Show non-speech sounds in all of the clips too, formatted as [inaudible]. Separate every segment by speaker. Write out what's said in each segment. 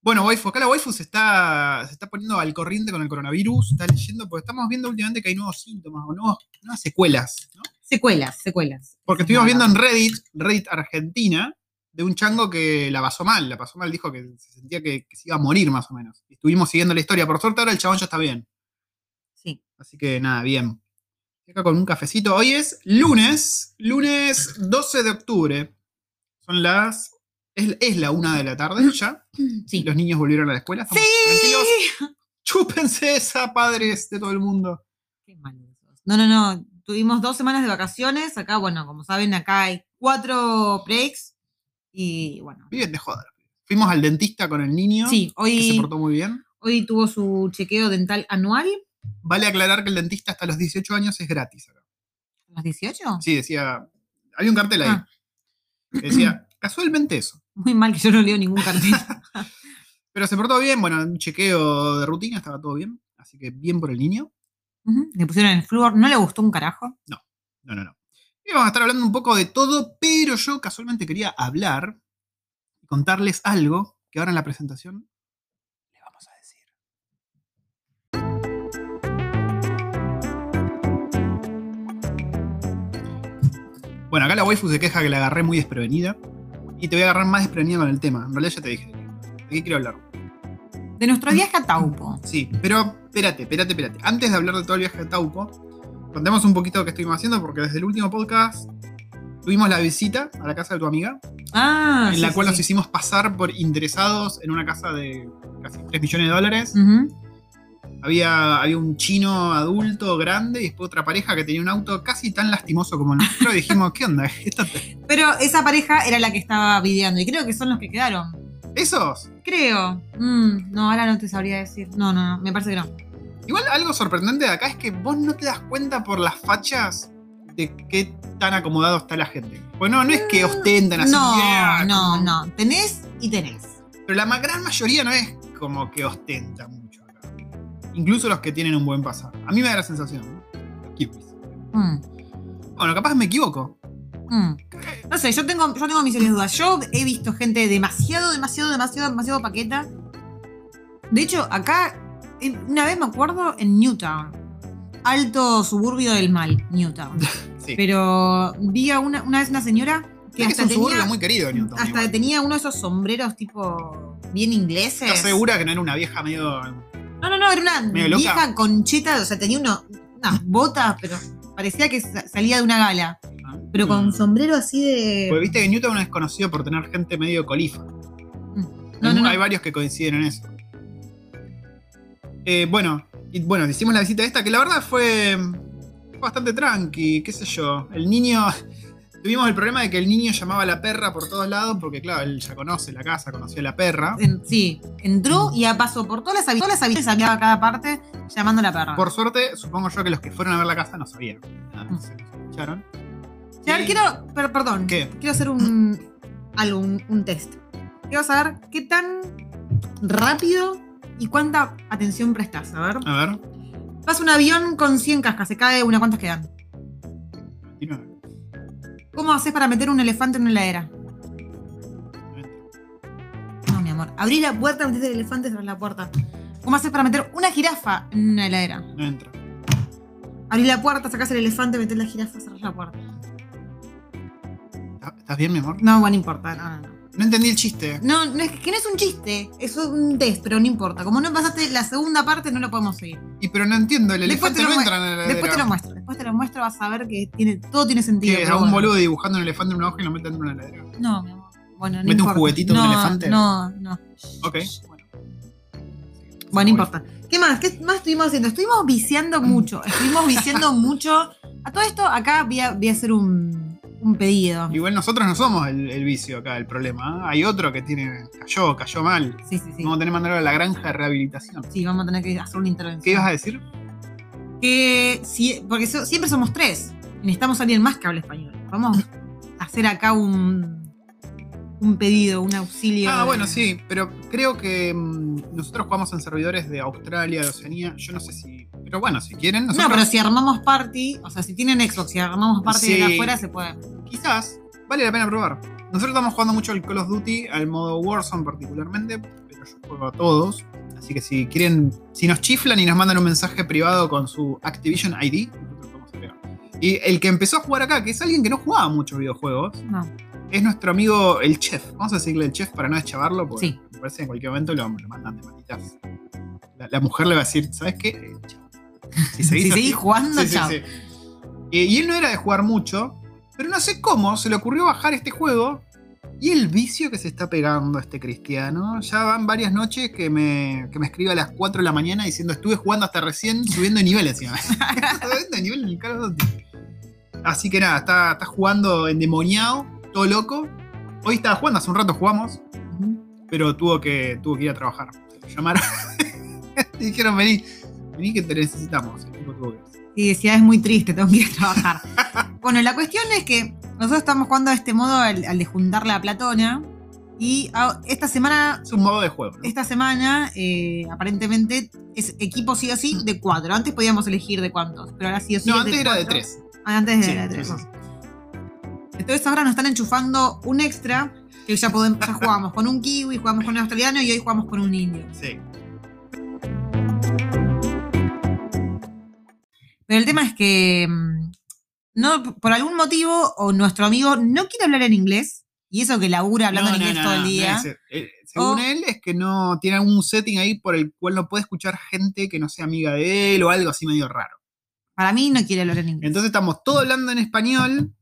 Speaker 1: Bueno, waifu, acá la waifu se está, se está poniendo al corriente con el coronavirus, está leyendo, porque estamos viendo últimamente que hay nuevos síntomas o nuevos- nuevas secuelas, ¿no?
Speaker 2: Secuelas, secuelas.
Speaker 1: Porque
Speaker 2: Esa es
Speaker 1: estuvimos viendo
Speaker 2: la-
Speaker 1: en Reddit, Reddit Argentina, de un chango que la pasó mal, la pasó mal, dijo que se sentía que, que se iba a morir más o menos. Y estuvimos siguiendo la historia, por suerte ahora el chabón ya está bien.
Speaker 2: Sí.
Speaker 1: Así que nada, bien. Estoy Acá con un cafecito. Hoy es lunes, lunes 12 de octubre. Son las... Es, es la una de la tarde ya.
Speaker 2: Sí.
Speaker 1: Los niños volvieron a la escuela. Estamos tranquilos.
Speaker 2: ¡Sí!
Speaker 1: Chúpense esa, padres de todo el mundo.
Speaker 2: Qué malo que sos. No, no, no. Tuvimos dos semanas de vacaciones. Acá, bueno, como saben, acá hay cuatro breaks. Y bueno.
Speaker 1: Viven de joder. Fuimos al dentista con el niño,
Speaker 2: Sí,
Speaker 1: que se
Speaker 2: hoy,
Speaker 1: portó muy bien.
Speaker 2: hoy tuvo su chequeo dental anual.
Speaker 1: Vale aclarar que el dentista hasta los 18 años es gratis acá.
Speaker 2: ¿A ¿Los 18?
Speaker 1: Sí, decía. Hay un cartel ahí.
Speaker 2: Ah.
Speaker 1: que Decía, casualmente eso.
Speaker 2: Muy mal que yo no leo
Speaker 1: [laughs]
Speaker 2: ningún cartel.
Speaker 1: Pero se portó bien, bueno, un chequeo de rutina, estaba todo bien. Así que bien por el niño.
Speaker 2: Ujú, Le pusieron el flúor. No le gustó un carajo.
Speaker 1: No, no, no. Y vamos a estar hablando un poco de todo, pero yo casualmente quería hablar y contarles algo que ahora en la presentación le vamos a decir. Bueno, acá la waifu se queja que la agarré muy desprevenida. Y te voy a agarrar más desprevenida con el tema. En realidad ya te dije. Aquí quiero hablar.
Speaker 2: De nuestro viaje a Taupo.
Speaker 1: Sí, pero espérate, espérate, espérate. Antes de hablar de todo el viaje a Taupo, contemos un poquito de qué estuvimos haciendo, porque desde el último podcast tuvimos la visita a la casa de tu amiga,
Speaker 2: Ah,
Speaker 1: en
Speaker 2: sí,
Speaker 1: la
Speaker 2: sí,
Speaker 1: cual nos
Speaker 2: sí.
Speaker 1: hicimos pasar por interesados en una casa de casi 3 millones de dólares.
Speaker 2: Ujú. Mm.
Speaker 1: Había, había un chino adulto grande y después otra pareja que tenía un auto casi tan lastimoso como el nuestro. Y dijimos, ¿qué onda? [laughs] Esta-
Speaker 2: Pero esa pareja era la que estaba videando. Y creo que son los que quedaron.
Speaker 1: ¿Esos?
Speaker 2: Creo. Mm, no, ahora no te sabría decir. No, no, no. Me parece que no.
Speaker 1: Igual algo sorprendente de acá es que vos no te das cuenta por las fachas de qué tan acomodado está la gente. Bueno, no es que ostentan así.
Speaker 2: Mm, No,
Speaker 1: "Yeah",
Speaker 2: no,
Speaker 1: como-
Speaker 2: no. Tenés y tenés.
Speaker 1: Pero la ma- gran mayoría no es como que ostentan mucho acá. Incluso los que tienen un buen pasar. A mí me da la sensación. ¿no? Kiwis.
Speaker 2: Mm,
Speaker 1: Bueno, capaz me equivoco.
Speaker 2: mm. No sé, yo tengo, yo tengo mis serias dudas. Yo he visto gente demasiado, demasiado, demasiado, demasiado paqueta. De hecho, acá, en- una vez me acuerdo en Newtown. Alto suburbio del mal, Newtown.
Speaker 1: Sí.
Speaker 2: Pero vi a una, una vez una señora que
Speaker 1: es que es
Speaker 2: hasta,
Speaker 1: un
Speaker 2: tenía,
Speaker 1: suburbio muy querido, Newton.
Speaker 2: hasta
Speaker 1: igual.
Speaker 2: tenía uno de esos sombreros tipo bien ingleses.
Speaker 1: ¿Estás segura que no era una vieja medio.
Speaker 2: No, no, no, era una
Speaker 1: Medio loca.
Speaker 2: vieja concheta, o sea, tenía uno- unas botas, pero parecía que sa- salía de una gala. Pero con
Speaker 1: Mm.
Speaker 2: sombrero así
Speaker 1: Porque
Speaker 2: de.
Speaker 1: viste que Newton es conocido por tener gente medio colifa.
Speaker 2: No,
Speaker 1: hay,
Speaker 2: Mm. no,
Speaker 1: hay
Speaker 2: no.
Speaker 1: varios que coinciden en eso. Eh, bueno, y bueno, hicimos la visita esta, que la verdad fue fue bastante tranqui, qué sé yo. El niño. [laughs] Tuvimos el problema de que el niño llamaba a la perra por todos lados, porque claro, él ya conoce la casa, conoció a la perra.
Speaker 2: En- sí, entró y pasó por todas las habitaciones, todas las habitaciones, había cada parte llamando a la perra.
Speaker 1: Por suerte, supongo yo que los que fueron a ver la casa no sabían. Nada,
Speaker 2: Mm.
Speaker 1: se escucharon.
Speaker 2: Y a ver, quiero. per- perdón.
Speaker 1: ¿Qué?
Speaker 2: Quiero hacer un. algo, un, un test. Quiero saber qué tan rápido y cuánta atención prestas. A ver.
Speaker 1: A ver,
Speaker 2: Pasa un avión con 100 cascas, se cae una, ¿cuántas quedan?
Speaker 1: continúa.
Speaker 2: ¿Cómo haces para meter un elefante en una heladera? No, mi amor. Abrí la puerta, metiste el elefante tras la puerta. ¿Cómo haces para meter una jirafa en una heladera?
Speaker 1: No entra.
Speaker 2: Abrí la puerta, sacás el elefante, metés la jirafa, cerrás la puerta.
Speaker 1: ¿Está- ¿Estás bien, mi amor?
Speaker 2: No, bueno, no importa. No, no, no.
Speaker 1: No entendí el chiste.
Speaker 2: No, no es que no es un chiste, es un test, pero no importa. Como no pasaste la segunda parte, no lo podemos seguir.
Speaker 1: Y pero no entiendo, el
Speaker 2: Después
Speaker 1: elefante
Speaker 2: te lo
Speaker 1: no
Speaker 2: mue-
Speaker 1: entra en la heladera.
Speaker 2: Después te lo muestro, después te lo muestro, vas a ver que tiene, todo tiene sentido.
Speaker 1: Que
Speaker 2: pero
Speaker 1: algún
Speaker 2: bueno.
Speaker 1: boludo dibujando un elefante en una hoja y lo mete dentro de una heladera.
Speaker 2: No, mi amor. Bueno, no
Speaker 1: ¿Mete un
Speaker 2: importa.
Speaker 1: juguetito de
Speaker 2: no,
Speaker 1: un elefante?
Speaker 2: No, no.
Speaker 1: Ok.
Speaker 2: Bueno, no importa. ¿Qué más? ¿Qué más estuvimos haciendo? Estuvimos viciando mucho.
Speaker 1: [laughs]
Speaker 2: Estuvimos viciando mucho. A todo esto, acá voy a, voy a hacer un, un pedido.
Speaker 1: Igual nosotros no somos el, el vicio acá, el problema. ¿ah? Hay otro que tiene. cayó, cayó mal.
Speaker 2: Sí, sí, sí.
Speaker 1: Vamos a tener que mandarlo a la granja de rehabilitación.
Speaker 2: Sí, vamos a tener que hacer una intervención.
Speaker 1: ¿Qué ibas a decir?
Speaker 2: Que si- porque so- siempre somos tres. Y Necesitamos alguien más que hable español. Vamos a hacer acá un, un pedido, un auxilio.
Speaker 1: Ah,
Speaker 2: de-
Speaker 1: bueno, sí, pero creo que mm, nosotros jugamos en servidores de Australia, de Oceanía. Yo no sé si. Pero bueno, si quieren,
Speaker 2: No,
Speaker 1: nosotros
Speaker 2: pero si armamos party, o sea, si tienen Xbox, si armamos party de
Speaker 1: Sí.
Speaker 2: afuera, se puede.
Speaker 1: quizás vale la pena probar. Nosotros estamos jugando mucho al Call of Duty, al modo Warzone particularmente, pero yo juego a todos. Así que si quieren, si nos chiflan y nos mandan un mensaje privado con su Activision ID, nosotros vamos a pegar. Y el que empezó a jugar acá, que es alguien que no jugaba muchos videojuegos,
Speaker 2: No.
Speaker 1: es nuestro amigo el chef. Vamos a decirle el chef para no deschavarlo, porque
Speaker 2: Sí.
Speaker 1: me parece que en cualquier momento lo, lo mandan de patitas. La, la mujer le va a decir, ¿sabes qué? Eh, chao". Si seguís
Speaker 2: Si
Speaker 1: así-
Speaker 2: seguís jugando,
Speaker 1: Sí, sí,
Speaker 2: chao.
Speaker 1: sí. Eh, y él no era de jugar mucho, pero no sé cómo se le ocurrió bajar este juego. Y el vicio que se está pegando este cristiano. Ya van varias noches que me, que me escribe a las 4 de la mañana diciendo estuve jugando hasta recién subiendo de nivel encima. [laughs] subiendo de nivel en el Call of Duty. Así que nada, está, está jugando endemoniado, todo loco. Hoy estaba jugando, hace un rato jugamos,
Speaker 2: Ujú.
Speaker 1: pero tuvo que, tuvo que ir a trabajar. Lo llamaron [laughs] y dijeron vení, vení que te necesitamos. El tipo tuvo que irse.
Speaker 2: Y decía, es muy triste, tengo que ir a trabajar.
Speaker 1: [laughs]
Speaker 2: bueno, la cuestión es que nosotros estamos jugando de este modo al, al de juntar la platona. Y ah, esta semana
Speaker 1: Es un modo de juego. ¿no?
Speaker 2: Esta semana, eh, aparentemente, es equipo sí o sí de cuatro. Antes podíamos elegir de cuántos, pero ahora sí o sí.
Speaker 1: No,
Speaker 2: es
Speaker 1: antes era de
Speaker 2: cuatro.
Speaker 1: tres.
Speaker 2: Ah, antes
Speaker 1: Sí,
Speaker 2: era de tres.
Speaker 1: sí, sí.
Speaker 2: Entonces ahora nos están enchufando un extra, que ya, podemos, ya jugamos con un kiwi, jugamos con un australiano y hoy jugamos con un indio.
Speaker 1: Sí.
Speaker 2: Pero el tema es que mm, no, por algún motivo, o nuestro amigo no quiere hablar en inglés, y eso que labura hablando
Speaker 1: No,
Speaker 2: en
Speaker 1: no,
Speaker 2: inglés
Speaker 1: no,
Speaker 2: todo el
Speaker 1: no,
Speaker 2: día. Oh.
Speaker 1: no, se- eh, según
Speaker 2: O-
Speaker 1: él, es que no tiene algún setting ahí por el cual no puede escuchar gente que no sea amiga de él o algo así medio raro.
Speaker 2: Para mí no quiere hablar en inglés.
Speaker 1: Entonces estamos todos hablando en español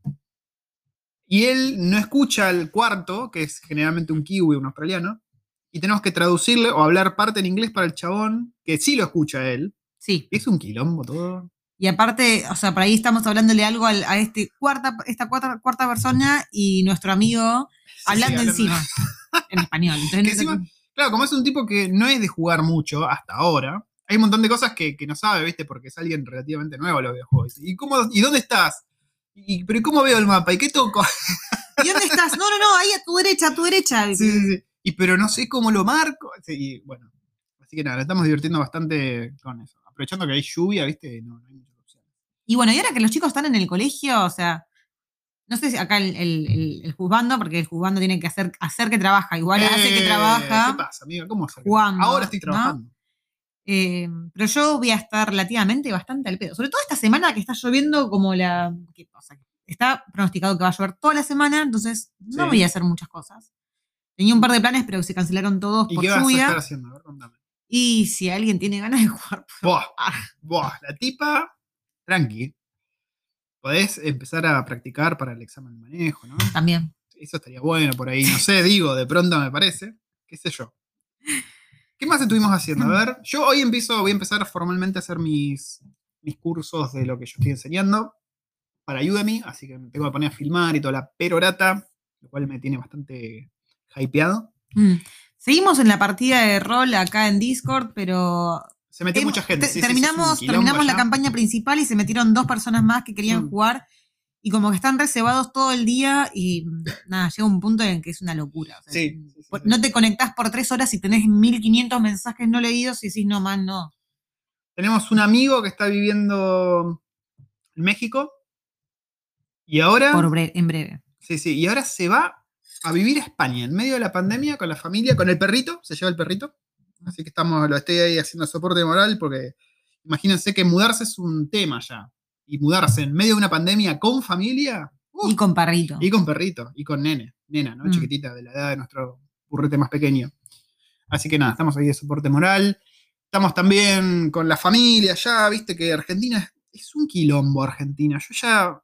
Speaker 1: y él no escucha el cuarto, que es generalmente un kiwi, un australiano, y tenemos que traducirle o hablar parte en inglés para el chabón, que sí lo escucha él.
Speaker 2: sí.
Speaker 1: Es un quilombo todo.
Speaker 2: Y aparte, o sea, por ahí estamos hablándole algo al- a este cuarta, esta cuarta, cuarta persona y nuestro amigo hablando
Speaker 1: Sí,
Speaker 2: encima, en español.
Speaker 1: [laughs] Que
Speaker 2: Entonces, no sé
Speaker 1: encima-
Speaker 2: qué-
Speaker 1: Claro, como es un tipo que no es de jugar mucho hasta ahora, hay un montón de cosas que, que no sabe, ¿viste? Porque es alguien relativamente nuevo a los videojuegos. ¿Y, cómo, y dónde estás? ¿Y, ¿Pero cómo veo el mapa? ¿Y qué toco? [laughs]
Speaker 2: ¿Y dónde estás? No, no, no, ahí a tu derecha, a tu derecha.
Speaker 1: Sí, sí, sí. Y pero no sé cómo lo marco. Sí, y bueno, así que nada, nos estamos divirtiendo bastante con eso. Aprovechando que hay lluvia, ¿viste? No, no hay mucha opción.
Speaker 2: Y bueno, y ahora que los chicos están en el colegio, o sea, no sé si acá el, el, el- el juzgando, porque el juzgando tiene que hacer, hacer que trabaja, igual hace que
Speaker 1: Eh, ¿Qué
Speaker 2: trabaja.
Speaker 1: pasa, amiga? ¿Cómo hacer?
Speaker 2: Jugando,
Speaker 1: Ahora estoy
Speaker 2: ¿no?
Speaker 1: trabajando.
Speaker 2: Eh, pero yo voy a estar relativamente bastante al pedo. Sobre todo esta semana que está lloviendo como la. que- o sea, está pronosticado que va a llover toda la semana, entonces no
Speaker 1: Sí.
Speaker 2: voy a hacer muchas cosas. Tenía un par de planes, pero se cancelaron todos
Speaker 1: ¿Y
Speaker 2: por
Speaker 1: qué vas a
Speaker 2: lluvia.
Speaker 1: estar haciendo? A ver, contame.
Speaker 2: Y si alguien tiene ganas de jugar. pues,
Speaker 1: Buah,
Speaker 2: Ah.
Speaker 1: buah, la tipa, tranqui. Podés empezar a practicar para el examen de manejo, ¿no?
Speaker 2: También.
Speaker 1: Eso estaría bueno por ahí, no
Speaker 2: [laughs]
Speaker 1: sé, digo, de pronto me parece, qué sé yo. ¿Qué más estuvimos haciendo? A ver, yo hoy empiezo, voy a empezar formalmente a hacer mis, mis cursos de lo que yo estoy enseñando para Udemy, así que me tengo que poner a filmar y toda la perorata, lo cual me tiene bastante hypeado.
Speaker 2: Mm. Seguimos en la partida de rol acá en Discord, pero.
Speaker 1: Se metió
Speaker 2: hemos-
Speaker 1: mucha gente.
Speaker 2: te-
Speaker 1: sí, sí, sí, es un
Speaker 2: terminamos
Speaker 1: quilombo
Speaker 2: terminamos la
Speaker 1: allá.
Speaker 2: campaña principal y se metieron dos personas más que querían
Speaker 1: Mm.
Speaker 2: jugar. Y como que están reservados todo el día y mm, nada, llega un punto en que es una locura. o sea,
Speaker 1: Sí, sí, sí,
Speaker 2: Por-
Speaker 1: sí.
Speaker 2: No te conectás por tres horas y tenés 1500 mensajes no leídos y decís, no, man, no.
Speaker 1: Tenemos un amigo que está viviendo en México y ahora...
Speaker 2: Por bre- en breve.
Speaker 1: Sí, sí, y ahora se va a vivir a España, en medio de la pandemia, con la familia, con el perrito, se lleva el perrito. Así que estamos, lo estoy ahí haciendo soporte moral porque imagínense que mudarse es un tema ya. Y mudarse en medio de una pandemia con familia uh,
Speaker 2: Y con parrito.
Speaker 1: y con perrito, y con nene, nena, ¿no?
Speaker 2: Mm.
Speaker 1: Chiquitita, de la edad de nuestro burrete más pequeño. Así que nada, estamos ahí de soporte moral. Estamos también con la familia ya, viste que Argentina es, es un quilombo, Argentina. Yo ya...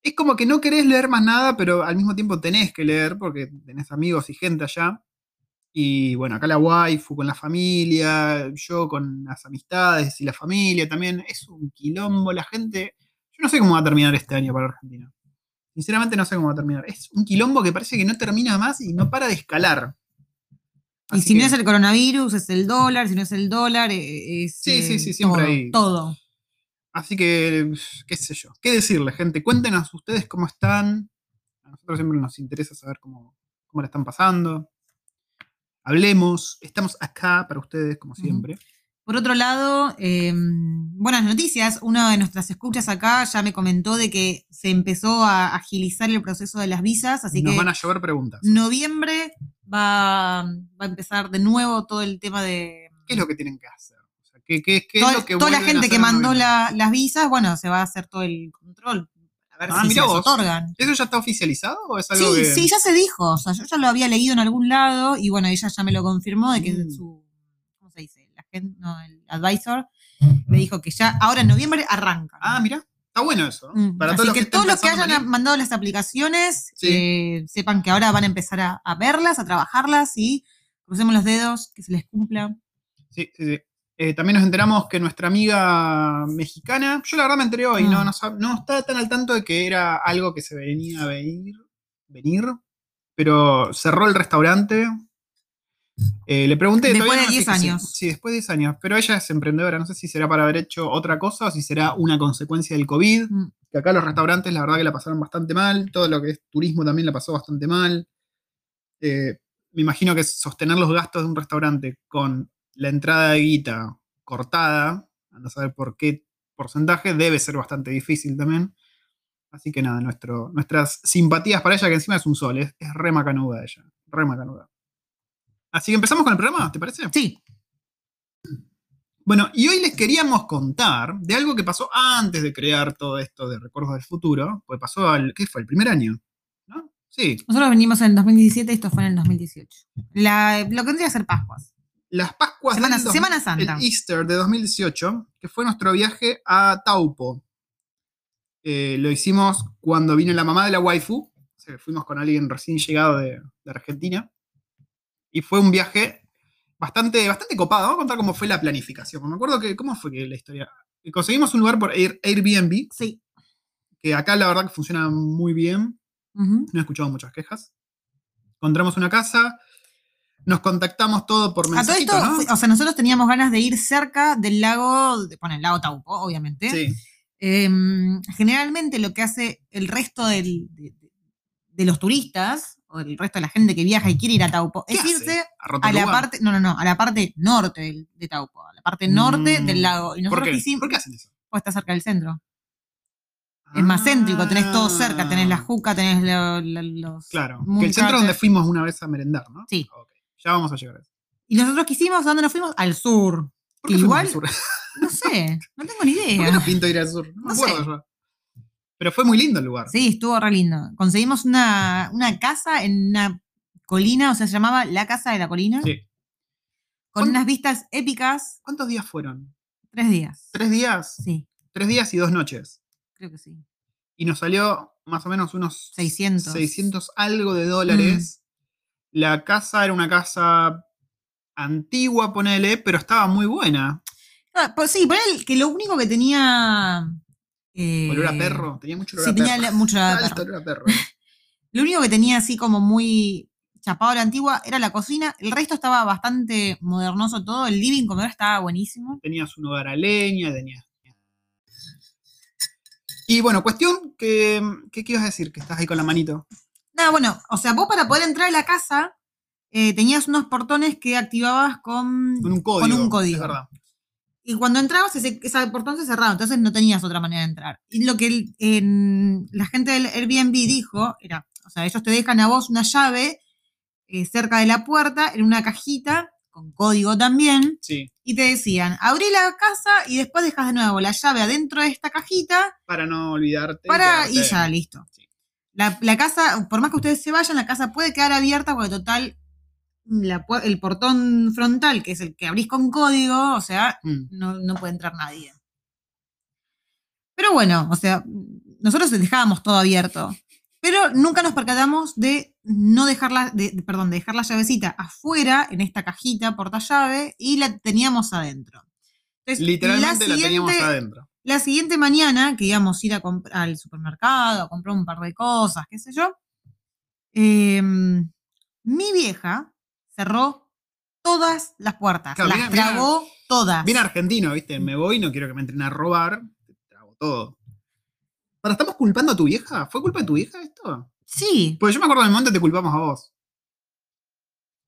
Speaker 1: Es como que no querés leer más nada, pero al mismo tiempo tenés que leer porque tenés amigos y gente allá. Y bueno, acá la waifu con la familia, yo con las amistades y la familia también. Es un quilombo, la gente... Yo no sé cómo va a terminar este año para Argentina. Sinceramente no sé cómo va a terminar. Es un quilombo que parece que no termina más y no para de escalar.
Speaker 2: Y
Speaker 1: Así
Speaker 2: si no
Speaker 1: que-
Speaker 2: es el coronavirus, es el dólar, si no es el dólar, eh, es.
Speaker 1: Sí, sí,
Speaker 2: eh,
Speaker 1: sí, siempre
Speaker 2: todo,
Speaker 1: hay-
Speaker 2: Todo.
Speaker 1: Así que, qué sé yo. ¿Qué decirle, gente? Cuéntenos ustedes cómo están. A nosotros siempre nos interesa saber cómo, cómo la están pasando. Hablemos. Estamos acá para ustedes, como
Speaker 2: Ujú.
Speaker 1: siempre.
Speaker 2: Por otro lado, eh, buenas noticias. Una de nuestras escuchas acá ya me comentó de que se empezó a agilizar el proceso de las visas, así
Speaker 1: Nos
Speaker 2: que Mm.
Speaker 1: van a llover preguntas.
Speaker 2: noviembre va, va a empezar de nuevo todo el tema de
Speaker 1: ¿Qué es lo que tienen que hacer? O sea, ¿qué, qué- qué es
Speaker 2: toda,
Speaker 1: lo que
Speaker 2: toda
Speaker 1: vuelven
Speaker 2: la
Speaker 1: a
Speaker 2: gente
Speaker 1: hacer
Speaker 2: que
Speaker 1: en
Speaker 2: mandó
Speaker 1: noviembre?
Speaker 2: la- las visas. Bueno, se va a hacer todo el control a ver
Speaker 1: Ah,
Speaker 2: si se
Speaker 1: mirá
Speaker 2: las
Speaker 1: vos.
Speaker 2: otorgan.
Speaker 1: ¿Eso ya está oficializado o es
Speaker 2: Sí,
Speaker 1: algo que.?
Speaker 2: sí, ya se dijo. O sea, yo ya lo había leído en algún lado y bueno, ella ya me lo confirmó de que
Speaker 1: Mm.
Speaker 2: su. ¿Cómo se dice? La gen- no, el advisor me dijo que ya ahora en noviembre arranca.
Speaker 1: Ah, mira, está bueno eso. ¿eh?
Speaker 2: Mm,
Speaker 1: Para
Speaker 2: Así
Speaker 1: todos los
Speaker 2: que,
Speaker 1: que estén
Speaker 2: todos los que
Speaker 1: pensando
Speaker 2: hayan
Speaker 1: en ir.
Speaker 2: mandado las aplicaciones
Speaker 1: Sí.
Speaker 2: eh, sepan que ahora van a empezar a, a verlas, a trabajarlas y crucemos los dedos, que se les cumpla.
Speaker 1: Sí, sí, sí. Eh, también nos enteramos que nuestra amiga mexicana, yo la verdad me enteré hoy, no,
Speaker 2: Mm.
Speaker 1: no, sab- no estaba tan al tanto de que era algo que se venía a venir, venir pero cerró el restaurante. Eh, le pregunté.
Speaker 2: Después
Speaker 1: todavía
Speaker 2: de
Speaker 1: no me
Speaker 2: 10
Speaker 1: fijé si-
Speaker 2: años.
Speaker 1: Sí, después de 10 años. Pero ella es emprendedora, no sé si será para haber hecho otra cosa o si será una consecuencia del COVID.
Speaker 2: Mm.
Speaker 1: Que acá los restaurantes, la verdad que la pasaron bastante mal. Todo lo que es turismo también la pasó bastante mal. Eh, me imagino que sostener los gastos de un restaurante con la entrada de guita cortada, a no saber por qué porcentaje, debe ser bastante difícil también. Así que nada, nuestro, nuestras simpatías para ella, que encima es un sol, es, es re macanuda ella, re macanuda. Así que empezamos con el programa, ¿te parece?
Speaker 2: Sí,
Speaker 1: Bueno, y hoy les queríamos contar de algo que pasó antes de crear todo esto de Recuerdos del Futuro, pues pasó al, ¿qué fue? El primer año, ¿no? Sí,
Speaker 2: nosotros venimos en el 2017 y esto fue en el 2018. La- lo que vendría a ser Pascuas.
Speaker 1: las Pascuas
Speaker 2: Semana,
Speaker 1: del dos-
Speaker 2: Semana Santa.
Speaker 1: el Easter de 2018, que fue nuestro viaje a Taupo. Eh, lo hicimos cuando vino la mamá de la waifu. O sea, que fuimos con alguien recién llegado de, de Argentina. Y fue un viaje bastante, bastante copado. Vamos a contar cómo fue la planificación. Me acuerdo que, ¿cómo fue que la historia? Eh, Conseguimos un lugar por Air- Airbnb,
Speaker 2: Sí.
Speaker 1: que acá la verdad que funciona muy bien
Speaker 2: Ujú.
Speaker 1: no he escuchado muchas quejas. Encontramos una casa, nos contactamos todo por
Speaker 2: A Ah, todo
Speaker 1: mensajito,
Speaker 2: esto,
Speaker 1: ¿no?
Speaker 2: fue- o sea, nosotros teníamos ganas de ir cerca del lago, de- bueno, el lago Taupo, obviamente.
Speaker 1: Sí,
Speaker 2: Em, generalmente lo que hace el resto del- de, de- de los turistas o el resto de la gente que viaja y quiere ir a Taupo
Speaker 1: ¿Qué
Speaker 2: es
Speaker 1: hace?
Speaker 2: irse
Speaker 1: a
Speaker 2: a la
Speaker 1: Rotorua.
Speaker 2: parte, no, no, no, a la parte norte del- de Taupo, a la parte norte
Speaker 1: Mm,
Speaker 2: del lago.
Speaker 1: ¿Por
Speaker 2: Y nosotros
Speaker 1: qué?
Speaker 2: quisimos,
Speaker 1: ¿Por qué hacen eso?
Speaker 2: pues está cerca del centro. Es más céntrico, tenés todo cerca, tenés la
Speaker 1: juca.
Speaker 2: juca, tenés lo- lo- los...
Speaker 1: Ah. Claro, que el
Speaker 2: Moon
Speaker 1: centro donde
Speaker 2: Crater.
Speaker 1: fuimos una vez a merendar, ¿no?
Speaker 2: Sí.
Speaker 1: Ok, Ya vamos a llegar a eso.
Speaker 2: Y nosotros quisimos, ¿a dónde nos fuimos? Al sur.
Speaker 1: ¿Por qué fuimos
Speaker 2: Igual-
Speaker 1: al sur? [laughs]
Speaker 2: No sé, no tengo ni
Speaker 1: ¿Por qué
Speaker 2: idea.
Speaker 1: nos pinto ir al sur? No, me
Speaker 2: No
Speaker 1: acuerdo
Speaker 2: sé.
Speaker 1: yo. Pero fue muy lindo el lugar.
Speaker 2: Sí, estuvo re lindo. Conseguimos una, una casa en una colina, o sea, se llamaba La Casa de la Colina.
Speaker 1: Sí.
Speaker 2: Con
Speaker 1: ¿Cuán-
Speaker 2: unas vistas épicas,
Speaker 1: ¿Cuántos días fueron?
Speaker 2: tres días.
Speaker 1: ¿Tres días?
Speaker 2: Sí,
Speaker 1: Tres días y dos noches.
Speaker 2: creo que sí.
Speaker 1: Y nos salió más o menos unos
Speaker 2: 600.
Speaker 1: 600 algo de dólares.
Speaker 2: Mm.
Speaker 1: La casa era una casa antigua, ponele, pero estaba muy buena.
Speaker 2: Ah, pues sí, por él, que lo único que tenía. eh,
Speaker 1: Olor a perro, tenía mucho olor
Speaker 2: Sí,
Speaker 1: a perro.
Speaker 2: tenía le- mucho olor
Speaker 1: [laughs]
Speaker 2: a
Speaker 1: Alto
Speaker 2: perro.
Speaker 1: olor a perro.
Speaker 2: Lo único que tenía así como muy chapado a la antigua era la cocina. El resto estaba bastante modernoso todo. El living comedor estaba buenísimo.
Speaker 1: Tenías un hogar a leña, tenías... Y bueno, cuestión que... ¿Qué quieres decir? Que estás ahí con la manito.
Speaker 2: Nada, bueno, o sea, vos para poder entrar a la casa eh, tenías unos portones que activabas con
Speaker 1: Con un código.
Speaker 2: un código.
Speaker 1: Es verdad.
Speaker 2: Y cuando entrabas, ese, ese portón se cerraba, entonces no tenías otra manera de entrar. Y lo que el- en- la gente del Airbnb dijo era, o sea, ellos te dejan a vos una llave eh, cerca de la puerta, en una cajita, con código también,
Speaker 1: Sí.
Speaker 2: y te decían, abrí la casa y después dejas de nuevo la llave adentro de esta cajita
Speaker 1: Para no olvidarte.
Speaker 2: para, y
Speaker 1: quedarte.
Speaker 2: ya, listo.
Speaker 1: Sí.
Speaker 2: La, la casa, por más que ustedes se vayan, la casa puede quedar abierta porque total, la pu- el portón frontal, que es el que abrís con código, o sea,
Speaker 1: Mm.
Speaker 2: no, no puede entrar nadie. Pero bueno, o sea, nosotros dejábamos todo abierto. Pero nunca nos percatamos de no dejar la, de- de- perdón, de dejar la llavecita afuera en esta cajita portallave y la teníamos adentro. Entonces,
Speaker 1: Literalmente la, teníamos
Speaker 2: siguiente-
Speaker 1: adentro.
Speaker 2: La siguiente mañana que íbamos a ir a comp- al supermercado, a comprar un par de cosas, qué sé yo, em, mi vieja cerró todas las puertas,
Speaker 1: Claro,
Speaker 2: las
Speaker 1: mirá- mirá-
Speaker 2: trabó todas.
Speaker 1: Bien argentino, ¿viste? Me voy, no quiero que me entren a robar. Te trago todo. Ahora, ¿estamos culpando a tu vieja? ¿Fue culpa de tu vieja esto?
Speaker 2: Sí,
Speaker 1: Pues yo me acuerdo del momento te culpamos a vos,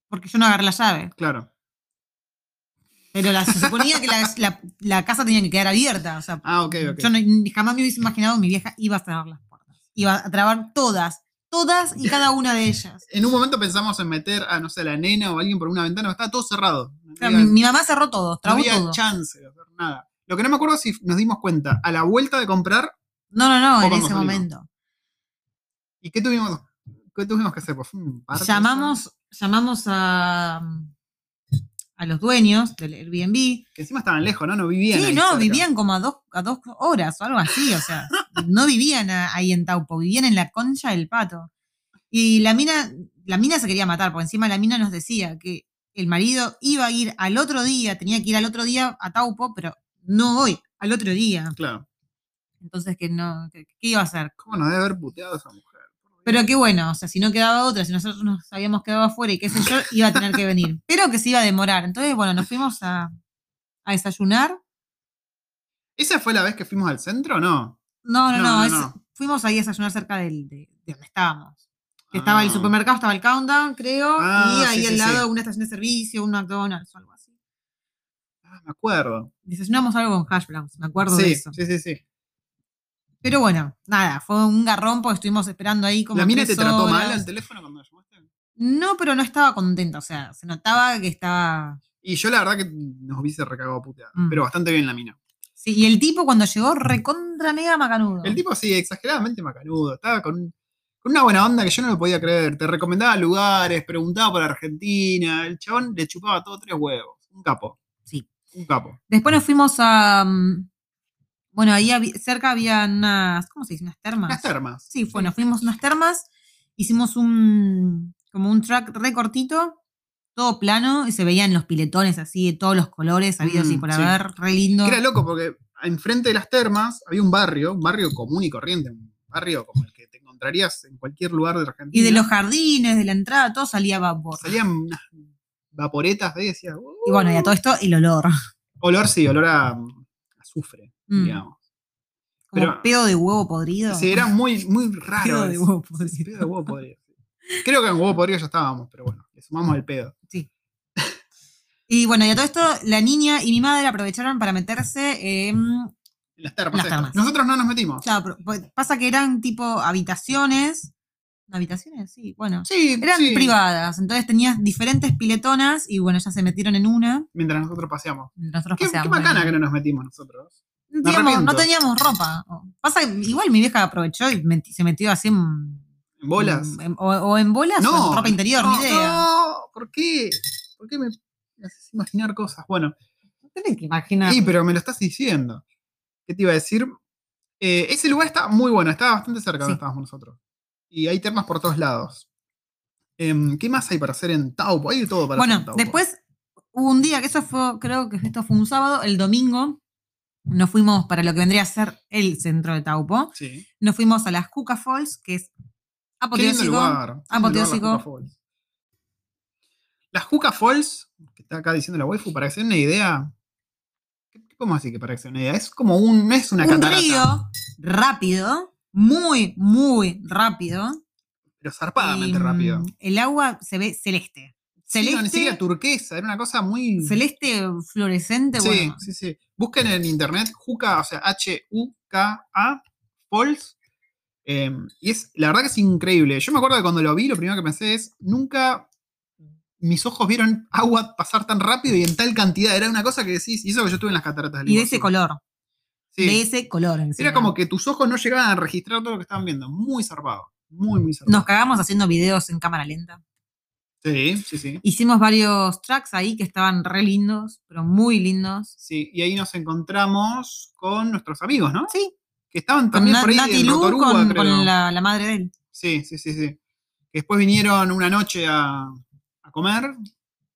Speaker 2: porque yo no agarré la llave.
Speaker 1: claro.
Speaker 2: Pero la- se suponía
Speaker 1: [laughs]
Speaker 2: que la, la- la casa tenía que quedar abierta. O sea,
Speaker 1: Ah, ok, ok.
Speaker 2: yo no- ni- jamás me hubiese imaginado que mi vieja iba a cerrar las puertas. Iba a trabar todas, todas y cada una de ellas.
Speaker 1: En un momento pensamos en meter a, no sé, a la nena o a alguien por una ventana, pero estaba todo cerrado. No
Speaker 2: O sea,
Speaker 1: había-
Speaker 2: mi, mi mamá cerró todo,
Speaker 1: no
Speaker 2: trabó
Speaker 1: había
Speaker 2: todo.
Speaker 1: chance de hacer nada. Lo que no me acuerdo es si nos dimos cuenta a la vuelta de comprar
Speaker 2: No, no,
Speaker 1: O
Speaker 2: no, en
Speaker 1: cuando
Speaker 2: ese
Speaker 1: salimos.
Speaker 2: momento.
Speaker 1: y qué tuvimos, qué tuvimos que hacer. Pues fue un parto,
Speaker 2: Llamamos, llamamos a, a los dueños del Airbnb.
Speaker 1: Que encima estaban lejos, ¿no? No vivían.
Speaker 2: Sí,
Speaker 1: ahí
Speaker 2: no,
Speaker 1: cerca.
Speaker 2: vivían como a dos, a dos horas o algo así, o sea, [laughs] no vivían a- ahí en Taupo, vivían en la concha del pato. Y la mina, la mina se quería matar, porque encima la mina nos decía que el marido iba a ir al otro día, tenía que ir al otro día a Taupo, pero no hoy, al otro día.
Speaker 1: Claro.
Speaker 2: Entonces, que no, que- ¿qué iba a hacer?
Speaker 1: ¿Cómo nos debe haber puteado esa mujer?
Speaker 2: Pero qué bueno, o sea, si no quedaba otra, si nosotros nos habíamos quedado afuera y qué sé yo, iba a tener que venir. Pero que se iba a demorar. Entonces, bueno, nos fuimos a, a desayunar.
Speaker 1: ¿Esa fue la vez que fuimos al centro o no?
Speaker 2: No, no,
Speaker 1: No,
Speaker 2: no.
Speaker 1: no,
Speaker 2: es-
Speaker 1: no.
Speaker 2: Fuimos ahí a desayunar cerca del, de, de donde estábamos. Que Estaba el
Speaker 1: Ah.
Speaker 2: supermercado, estaba el Countdown, creo.
Speaker 1: Ah,
Speaker 2: y ahí
Speaker 1: sí,
Speaker 2: al
Speaker 1: sí,
Speaker 2: lado una estación de servicio, un McDonald's o algo así.
Speaker 1: Ah, me acuerdo.
Speaker 2: Desayunamos algo con hash browns, me acuerdo de
Speaker 1: Sí,
Speaker 2: eso.
Speaker 1: sí, sí, sí.
Speaker 2: Pero bueno, nada, fue un garrón porque estuvimos esperando ahí como.
Speaker 1: ¿La mina te
Speaker 2: tres
Speaker 1: trató mal
Speaker 2: horas.
Speaker 1: al teléfono cuando la llamaste?
Speaker 2: No, pero no estaba contenta, o sea, se notaba que estaba.
Speaker 1: Y yo la verdad que nos hubiese recagado a putear.
Speaker 2: Mm.
Speaker 1: Pero bastante bien la mina.
Speaker 2: Sí, y el tipo cuando llegó, recontra mega macanudo.
Speaker 1: El tipo sí, exageradamente macanudo. Estaba con, un- con una buena onda que yo no lo podía creer. Te recomendaba lugares, preguntaba por Argentina. El chabón le chupaba todo tres huevos. Un capo.
Speaker 2: Sí.
Speaker 1: Un capo.
Speaker 2: Después nos fuimos a. mm, Bueno, ahí habí- cerca había unas. ¿Cómo se dice? Unas termas.
Speaker 1: [laughs] Las termas.
Speaker 2: Ah, Sí, bueno, fuimos a unas termas, hicimos un como un track re cortito, todo plano, y se veían los piletones así de todos los colores, habidos y
Speaker 1: Mm,
Speaker 2: por
Speaker 1: sí.
Speaker 2: haber, re lindo.
Speaker 1: Que era loco porque enfrente de las termas había un barrio, un barrio común y corriente, un barrio como el que te encontrarías en cualquier lugar de Argentina.
Speaker 2: Y de los jardines, de la entrada, todo salía vapor.
Speaker 1: Salían unas vaporetas de ahí, decía, "Uh".
Speaker 2: Y bueno, y a todo esto el olor.
Speaker 1: Olor sí, olor a mm, azufre,
Speaker 2: Mm,
Speaker 1: digamos.
Speaker 2: como
Speaker 1: pero-
Speaker 2: pedo de huevo podrido.
Speaker 1: Sí, era muy, muy
Speaker 2: [laughs] pedo
Speaker 1: raro.
Speaker 2: de
Speaker 1: eso.
Speaker 2: huevo
Speaker 1: Sí,
Speaker 2: podrido.
Speaker 1: pedo de huevo podrido. Creo que en huevo podrido ya estábamos, pero bueno, le sumamos el pedo.
Speaker 2: Y bueno, y a todo esto la niña y mi madre aprovecharon para meterse en
Speaker 1: En las termas.
Speaker 2: Las
Speaker 1: estas.
Speaker 2: termas.
Speaker 1: Nosotros no nos metimos.
Speaker 2: Claro, pero- pues, pasa que eran tipo habitaciones. ¿Habitaciones? Sí, bueno.
Speaker 1: Sí,
Speaker 2: Eran
Speaker 1: sí,
Speaker 2: privadas, entonces tenías diferentes piletonas y bueno, ya se metieron en una.
Speaker 1: Mientras nosotros paseamos.
Speaker 2: Nosotros
Speaker 1: Qué,
Speaker 2: paseamos,
Speaker 1: qué bacana que
Speaker 2: bueno.
Speaker 1: no nos metimos nosotros.
Speaker 2: No teníamos,
Speaker 1: arrepiento.
Speaker 2: no teníamos ropa. Pasa, que igual mi vieja aprovechó y meti- se metió así en
Speaker 1: En bolas.
Speaker 2: en- o, o en bolas o en ropa interior,
Speaker 1: no,
Speaker 2: ni idea.
Speaker 1: No, ¿por qué? ¿Por qué me, me haces imaginar cosas? Bueno,
Speaker 2: No tenés que imaginar.
Speaker 1: sí, pero me lo estás diciendo. ¿Qué te iba a decir? Eh, ese lugar está muy bueno, estaba bastante cerca de donde
Speaker 2: Sí.
Speaker 1: estábamos nosotros. Y hay termas por todos lados. Em, ¿Qué más hay para hacer en Taupo? Hay de todo para hacer
Speaker 2: bueno,
Speaker 1: en Taupo.
Speaker 2: después hubo un día que eso fue, creo que esto fue un sábado, el domingo nos fuimos para lo que vendría a ser el centro de Taupo.
Speaker 1: Sí.
Speaker 2: Nos fuimos a las Cuca Falls, que es
Speaker 1: Qué lindo
Speaker 2: apoteósico.
Speaker 1: lugar. qué lindo lugar,
Speaker 2: apoteósico.
Speaker 1: Las Juca Falls. Las Juca Falls, que está acá diciendo la waifu, para que se den una idea. ¿Qué qué podemos decir que para que se den una idea? Es como un. No es una
Speaker 2: un
Speaker 1: catarata,
Speaker 2: río rápido, muy, muy rápido.
Speaker 1: pero zarpadamente
Speaker 2: Y,
Speaker 1: rápido.
Speaker 2: mm, El agua se ve celeste.
Speaker 1: Sí, no, ni
Speaker 2: Celeste,
Speaker 1: siquiera turquesa, era una cosa muy.
Speaker 2: celeste fluorescente,
Speaker 1: sí,
Speaker 2: bueno.
Speaker 1: sí, sí. Busquen en internet Juca, o sea, H-U-K-A, Falls. eh, y es, la verdad que es increíble. Yo me acuerdo que cuando lo vi, lo primero que pensé es, nunca mis ojos vieron agua pasar tan rápido y en tal cantidad. Era una cosa que decís, y eso que yo estuve en las cataratas del
Speaker 2: Y de
Speaker 1: Iguazú.
Speaker 2: ese color,
Speaker 1: Sí.
Speaker 2: de ese color. encima.
Speaker 1: Era como que tus ojos no llegaban a registrar todo lo que estaban viendo. Muy zarpado. Muy, muy zarpado.
Speaker 2: Nos cagamos haciendo videos en cámara lenta.
Speaker 1: Sí, sí, sí.
Speaker 2: Hicimos varios tracks ahí que estaban re lindos, pero muy lindos.
Speaker 1: Sí, y ahí nos encontramos con nuestros amigos, ¿no?
Speaker 2: Sí,
Speaker 1: Que estaban
Speaker 2: con
Speaker 1: también
Speaker 2: Na-
Speaker 1: por ahí
Speaker 2: Nati
Speaker 1: en
Speaker 2: Lu,
Speaker 1: Rotorua,
Speaker 2: con,
Speaker 1: creo.
Speaker 2: con la, la madre de él.
Speaker 1: Sí, sí, sí, sí. Que Después vinieron una noche a, a comer.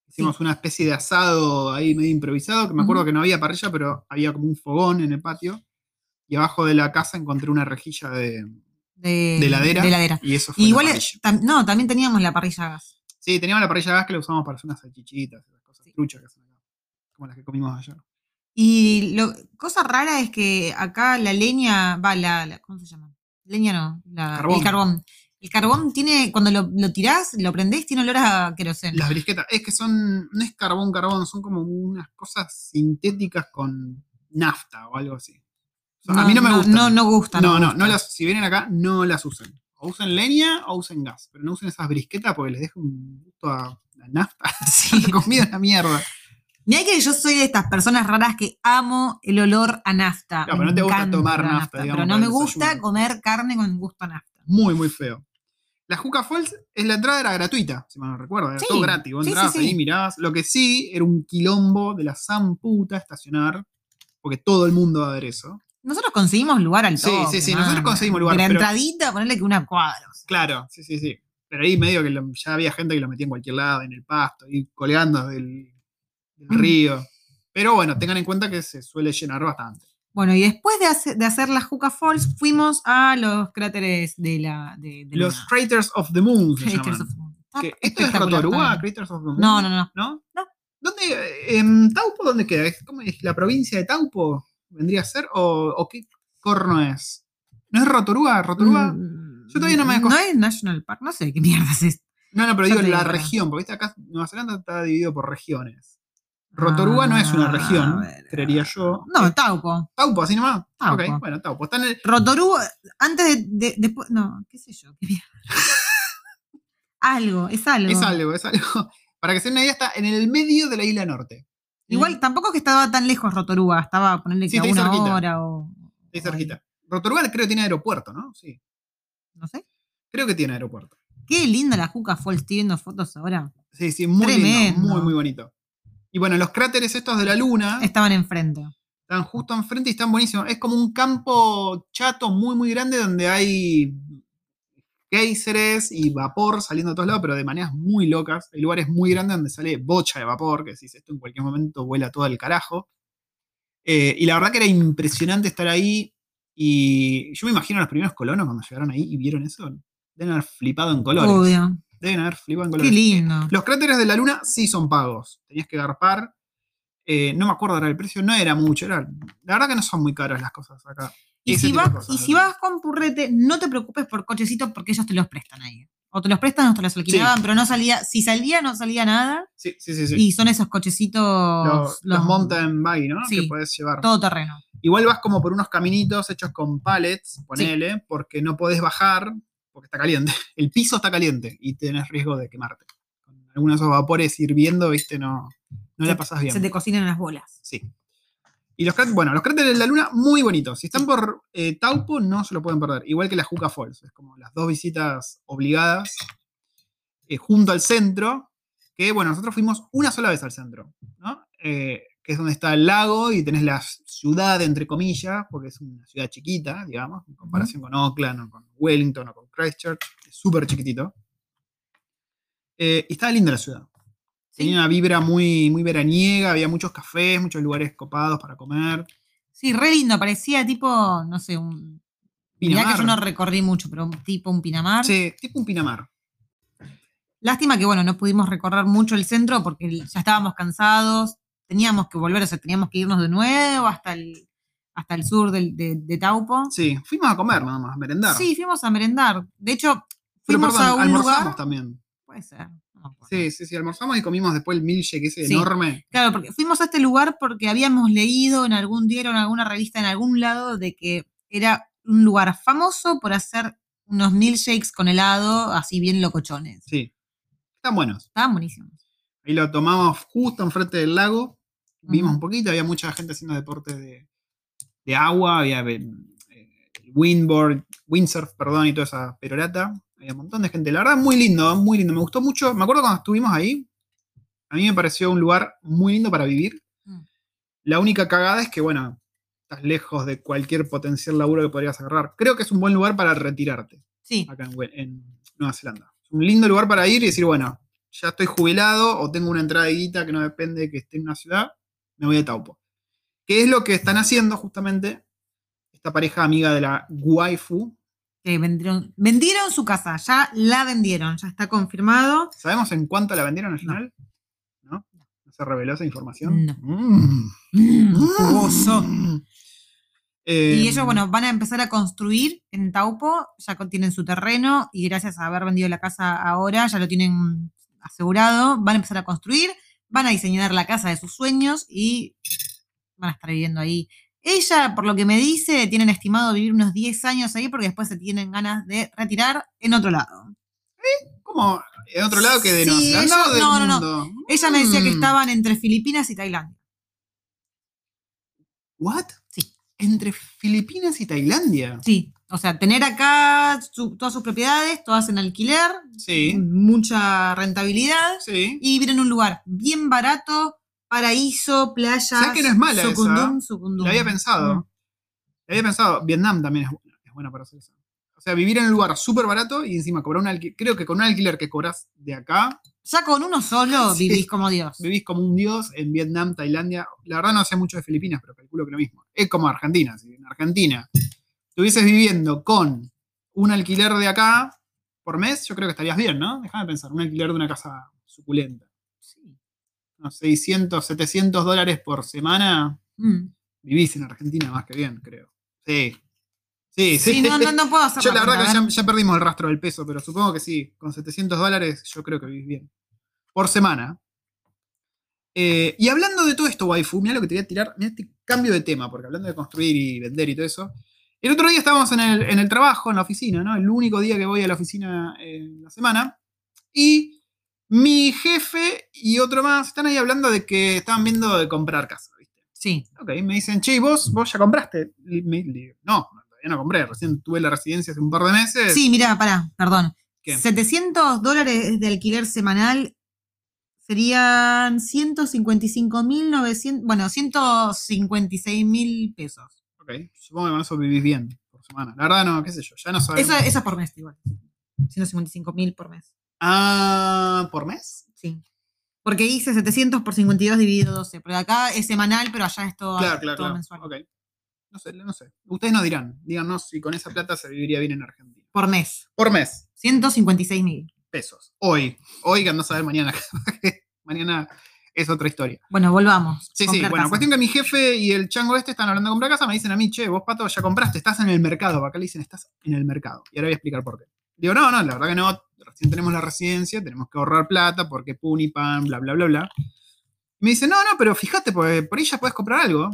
Speaker 1: Hicimos una especie de asado ahí medio improvisado, que me acuerdo
Speaker 2: Ujú.
Speaker 1: que no había parrilla, pero había como un fogón en el patio. Y abajo de la casa encontré una rejilla de,
Speaker 2: De,
Speaker 1: de ladera.
Speaker 2: de ladera.
Speaker 1: Y eso fue.
Speaker 2: Y
Speaker 1: la
Speaker 2: igual,
Speaker 1: parrilla.
Speaker 2: tam- no, también teníamos la parrilla a gas.
Speaker 1: Sí, teníamos la parrilla de gas que la usamos para hacer unas salchichitas, esas cosas
Speaker 2: Sí.
Speaker 1: truchas que hacen acá. Como las que comimos ayer.
Speaker 2: Y lo, cosa rara es que acá la leña, va, la, la- ¿cómo se llama? Leña no, la-
Speaker 1: Carbón.
Speaker 2: el carbón. El carbón tiene, cuando lo, lo tirás, lo prendés, tiene olor a queroseno.
Speaker 1: Las brisquetas, es que son, no es carbón, carbón, son como unas cosas sintéticas con nafta o algo así. O sea, a mí no me gusta.
Speaker 2: No, no gusta.
Speaker 1: No, no,
Speaker 2: gusta.
Speaker 1: no las, si vienen acá, no las usen. O usen leña o usen gas, pero no usen esas brisquetas porque les deja un gusto a la nafta. [laughs]
Speaker 2: Sí.
Speaker 1: La comida es una mierda.
Speaker 2: Mirá que yo soy de estas personas raras que amo el olor a nafta.
Speaker 1: Claro, pero no te
Speaker 2: Me
Speaker 1: gusta
Speaker 2: encanta
Speaker 1: tomar
Speaker 2: la
Speaker 1: nafta, digamos,
Speaker 2: pero no
Speaker 1: para
Speaker 2: me
Speaker 1: el
Speaker 2: gusta
Speaker 1: desayuno.
Speaker 2: comer carne con gusto a nafta.
Speaker 1: Muy, muy feo. La Juca Falls, es la entrada era gratuita, si mal no recuerdo, era
Speaker 2: Sí,
Speaker 1: todo gratis. Vos
Speaker 2: sí,
Speaker 1: entrabas
Speaker 2: sí, sí.
Speaker 1: ahí, mirabas. Lo que sí era un quilombo de la zamputa estacionar, porque todo el mundo va a ver eso.
Speaker 2: Nosotros conseguimos lugar al
Speaker 1: Sí,
Speaker 2: toque.
Speaker 1: sí, sí, nosotros
Speaker 2: mano.
Speaker 1: conseguimos lugar,
Speaker 2: De la
Speaker 1: pero-
Speaker 2: entradita, ponerle que una cuadra. o sea.
Speaker 1: Claro, sí, sí, sí. Pero ahí medio que lo- ya había gente que lo metía en cualquier lado, en el pasto, y colgando del, del
Speaker 2: Mm.
Speaker 1: río. Pero bueno, tengan en cuenta que se suele llenar bastante.
Speaker 2: Bueno, y después de, hace- de hacer la Juca Falls, fuimos a los cráteres de la. De, de
Speaker 1: Los
Speaker 2: la-
Speaker 1: Craters of the Moon
Speaker 2: [laughs]
Speaker 1: se
Speaker 2: Craters
Speaker 1: llaman.
Speaker 2: of Moon. Está
Speaker 1: Que ¿Esto es
Speaker 2: espectacular
Speaker 1: Rotorua,
Speaker 2: también.
Speaker 1: Craters of the Moon?
Speaker 2: No, no, no.
Speaker 1: ¿no?
Speaker 2: No.
Speaker 1: ¿Dónde, eh, en Taupo, dónde queda? ¿Es, cómo es? ¿La provincia de Taupo vendría a ser? ¿O, o qué corno es? ¿No es Rotorua? ¿Rotorua?
Speaker 2: Mm,
Speaker 1: Yo todavía no me aco-
Speaker 2: No es National Park, no sé qué mierda es esto.
Speaker 1: no, no, pero
Speaker 2: ya
Speaker 1: digo
Speaker 2: te digo,
Speaker 1: la
Speaker 2: pará.
Speaker 1: región, porque viste, acá Nueva Zelanda está dividido por regiones. Rotorua no es una
Speaker 2: Ah,
Speaker 1: región,
Speaker 2: bueno.
Speaker 1: creería yo.
Speaker 2: No, Taupo.
Speaker 1: Taupo, así nomás.
Speaker 2: Taupo.
Speaker 1: Ok, bueno, Taupo. Está en el-
Speaker 2: Rotorua, antes de, de- después, no, qué sé yo, qué
Speaker 1: [laughs]
Speaker 2: mierda. algo, es algo.
Speaker 1: es algo, es algo. [laughs] Para que se den una idea, está en el medio de la isla norte.
Speaker 2: Igual tampoco es que estaba tan lejos Rotorua, estaba ponerle que
Speaker 1: Sí,
Speaker 2: a
Speaker 1: está ahí
Speaker 2: una
Speaker 1: cerquita.
Speaker 2: hora o.
Speaker 1: Ahí
Speaker 2: o ahí,
Speaker 1: cerquita. Rotorua creo que tiene aeropuerto, ¿no? Sí.
Speaker 2: No sé.
Speaker 1: Creo que tiene aeropuerto.
Speaker 2: Qué linda la Juca Falls, estoy viendo fotos ahora.
Speaker 1: Sí, sí, muy lindo,
Speaker 2: Tremendo.
Speaker 1: muy, muy bonito. Y bueno, los cráteres estos de la luna
Speaker 2: Estaban enfrente.
Speaker 1: están justo enfrente y están buenísimos. Es como un campo chato muy, muy grande donde hay géiseres y vapor saliendo de todos lados, pero de maneras muy locas. Hay lugares muy grandes donde sale bocha de vapor, que si esto en cualquier momento vuela todo el carajo. Eh, y la verdad que era impresionante estar ahí. Y yo me imagino a los primeros colonos cuando llegaron ahí y vieron eso. Deben haber flipado en colores.
Speaker 2: Obvio.
Speaker 1: Deben haber flipado en
Speaker 2: Qué
Speaker 1: colores.
Speaker 2: lindo.
Speaker 1: Los cráteres de la luna sí son pagos. Tenías que garpar. Eh, no me acuerdo ahora el precio, no era mucho. era- la verdad que no son muy caras las cosas acá.
Speaker 2: Y
Speaker 1: ese
Speaker 2: si,
Speaker 1: tipo de
Speaker 2: vas,
Speaker 1: cosas,
Speaker 2: y si
Speaker 1: ¿no?
Speaker 2: vas con purrete, no te preocupes por cochecitos porque ellos te los prestan ahí. O te los prestan o te los alquilaban, pero no salía, si salía, no salía nada.
Speaker 1: Sí, sí, sí. sí.
Speaker 2: Y son esos cochecitos.
Speaker 1: los, los
Speaker 2: montan
Speaker 1: mountain bike, ¿no?
Speaker 2: Sí.
Speaker 1: Que podés llevar.
Speaker 2: Todo terreno.
Speaker 1: Igual vas como por unos caminitos hechos con pallets, ponele, porque no podés bajar, porque está caliente. [laughs] El piso está caliente y tenés riesgo de quemarte. Con algunos de esos vapores hirviendo, viste, no, no la pasás bien.
Speaker 2: Se te cocinan las bolas.
Speaker 1: Sí. Y los cráteres, bueno, los cráteres de la luna, muy bonitos. Si están por eh, Taupo, no se lo pueden perder. Igual que la Juca Falls. Es como las dos visitas obligadas eh, junto al centro. Que bueno, nosotros fuimos una sola vez al centro, ¿no? Eh, que es donde está el lago y tenés la ciudad, entre comillas, porque es una ciudad chiquita, digamos, en comparación con Oakland o con Wellington o con Christchurch. Es súper chiquitito. Eh, y estaba linda la ciudad. Tenía una vibra muy, muy veraniega, había muchos cafés, muchos lugares copados para comer.
Speaker 2: Sí, re lindo. Parecía tipo, no sé, un. Mirá que yo no recorrí mucho, pero un tipo un Pinamar.
Speaker 1: Sí, tipo un Pinamar.
Speaker 2: Lástima que, bueno, no pudimos recorrer mucho el centro porque ya estábamos cansados, teníamos que volver, o sea, teníamos que irnos de nuevo hasta el, hasta el sur del- de, de Taupo.
Speaker 1: Sí, fuimos a comer nada más, a merendar.
Speaker 2: Sí, fuimos a merendar. De hecho,
Speaker 1: Pero,
Speaker 2: fuimos
Speaker 1: perdón,
Speaker 2: a un
Speaker 1: almorzamos
Speaker 2: lugar.
Speaker 1: también.
Speaker 2: Puede ser. no me acuerdo.
Speaker 1: Sí, sí, sí, almorzamos y comimos después el milkshake ese
Speaker 2: Sí.
Speaker 1: enorme.
Speaker 2: Claro, porque fuimos a este lugar porque habíamos leído en algún diario, en alguna revista, en algún lado, de que era un lugar famoso por hacer unos milkshakes con helado, así bien locochones.
Speaker 1: Sí. Están buenos.
Speaker 2: Estaban buenísimos.
Speaker 1: Ahí lo tomamos justo enfrente del lago. Vimos
Speaker 2: Ujú.
Speaker 1: un poquito, había mucha gente haciendo deportes de, de agua, había eh, windboard, windsurf, perdón, y toda esa perorata. Había un montón de gente. La verdad, muy lindo, muy lindo. Me gustó mucho. Me acuerdo cuando estuvimos ahí, a mí me pareció un lugar muy lindo para vivir.
Speaker 2: Mm.
Speaker 1: La única cagada es que, bueno, estás lejos de cualquier potencial laburo que podrías agarrar. Creo que es un buen lugar para retirarte
Speaker 2: Sí,
Speaker 1: acá en, Wel- en Nueva Zelanda. Es un lindo lugar para ir y decir, bueno, ya estoy jubilado o tengo una entrada de guita que no depende de que esté en una ciudad, me voy a Taupo. Que es lo que están haciendo justamente esta pareja amiga de la waifu.
Speaker 2: que vendieron, vendieron su casa, ya la vendieron, ya está confirmado.
Speaker 1: ¿Sabemos en cuánto la vendieron al final? ¿No? ¿No,
Speaker 2: Mm.
Speaker 1: se reveló esa información?
Speaker 2: No.
Speaker 1: Mm.
Speaker 2: Mm,
Speaker 1: Mm.
Speaker 2: jugoso.
Speaker 1: Eh,
Speaker 2: Y ellos, bueno, van a empezar a construir en Taupo, ya con- tienen su terreno y gracias a haber vendido la casa ahora, ya lo tienen asegurado, van a empezar a construir, van a diseñar la casa de sus sueños y van a estar viviendo ahí. Ella, por lo que me dice, tienen estimado vivir unos 10 años ahí porque después se tienen ganas de retirar en otro lado.
Speaker 1: ¿Cómo? En otro lado que de
Speaker 2: Sí,
Speaker 1: Al
Speaker 2: ella-
Speaker 1: lado del
Speaker 2: no, no, no.
Speaker 1: mundo.
Speaker 2: Ella me decía que
Speaker 1: Mm.
Speaker 2: estaban entre Filipinas y Tailandia.
Speaker 1: ¿What?
Speaker 2: Sí.
Speaker 1: Entre Filipinas y Tailandia.
Speaker 2: Sí, o sea, tener acá su- todas sus propiedades, todas en alquiler,
Speaker 1: Sí.
Speaker 2: mucha rentabilidad.
Speaker 1: Sí.
Speaker 2: y vivir en un lugar bien barato, paraíso, playa.
Speaker 1: ¿Sabés que no es mala esa?
Speaker 2: Sucundum, sucundum.
Speaker 1: Lo había pensado.
Speaker 2: Mm. Lo
Speaker 1: Había pensado, Vietnam también es bueno, es bueno para hacer eso. O sea, vivir en un lugar súper barato y encima cobrar un alquiler. Creo que con un alquiler que cobras de acá,
Speaker 2: Ya con uno solo
Speaker 1: Sí.
Speaker 2: vivís como Dios.
Speaker 1: vivís como un dios en Vietnam, Tailandia. La verdad no sé mucho de Filipinas, pero calculo que lo mismo. Es como Argentina. Si en Argentina estuvieses viviendo con un alquiler de acá por mes, yo creo que estarías bien, ¿no? Déjame pensar, un alquiler de una casa suculenta. No, 600, 700 dólares por semana.
Speaker 2: Mm.
Speaker 1: Vivís en Argentina más que bien, creo. Sí. Sí, sí.
Speaker 2: Sí, no, no, no puedo hacer
Speaker 1: Yo la
Speaker 2: cuenta,
Speaker 1: verdad
Speaker 2: a
Speaker 1: que
Speaker 2: ver.
Speaker 1: ya, ya perdimos el rastro del peso, pero supongo que sí. Con 700 dólares yo creo que vivís bien. Por semana. Eh, y hablando de todo esto, waifu, mira lo que te voy a tirar, mira este cambio de tema, porque hablando de construir y vender y todo eso. El otro día estábamos en el, en el trabajo, en la oficina, ¿no? El único día que voy a la oficina en la semana. Y mi jefe y otro más están ahí hablando de que estaban viendo de comprar casa, ¿viste?
Speaker 2: Sí.
Speaker 1: Ok, me dicen, che, ¿y vos, vos ya compraste? Y me- le digo, no, todavía no compré, recién tuve la residencia hace un par de meses.
Speaker 2: Sí, mira, pará, perdón.
Speaker 1: ¿Qué?
Speaker 2: 700 dólares de alquiler semanal serían 155.900, bueno, 156.000 pesos.
Speaker 1: Ok, supongo que con eso vivís bien por semana. La verdad, no, qué sé yo, ya no sabemos.
Speaker 2: Eso, eso es por mes, igual. 155.000 por mes.
Speaker 1: Ah, ¿por mes?
Speaker 2: Sí. Porque hice 700 por 52 dividido 12. Pero acá es semanal, pero allá es todo,
Speaker 1: claro, claro,
Speaker 2: todo
Speaker 1: claro.
Speaker 2: mensual.
Speaker 1: Ok. No sé, no sé. Ustedes nos dirán, díganos si con esa plata se viviría bien en Argentina.
Speaker 2: Por mes.
Speaker 1: Por mes,
Speaker 2: 156 mil.
Speaker 1: pesos. Hoy, hoy que andás a ver mañana. [laughs] mañana es otra historia.
Speaker 2: Bueno, volvamos.
Speaker 1: Sí, sí,
Speaker 2: Comprar
Speaker 1: bueno,
Speaker 2: casa.
Speaker 1: cuestión que mi jefe y el chango este están hablando de comprar casa, me dicen a mí, che, vos pato, ya compraste, estás en el mercado, acá le dicen, estás en el mercado. Y ahora voy a explicar por qué. Digo, no, no, la verdad que no, recién tenemos la residencia, tenemos que ahorrar plata porque puni, pan, bla, bla, bla, bla. Me dice, no, no, pero fíjate, porque por ahí ya puedes comprar algo.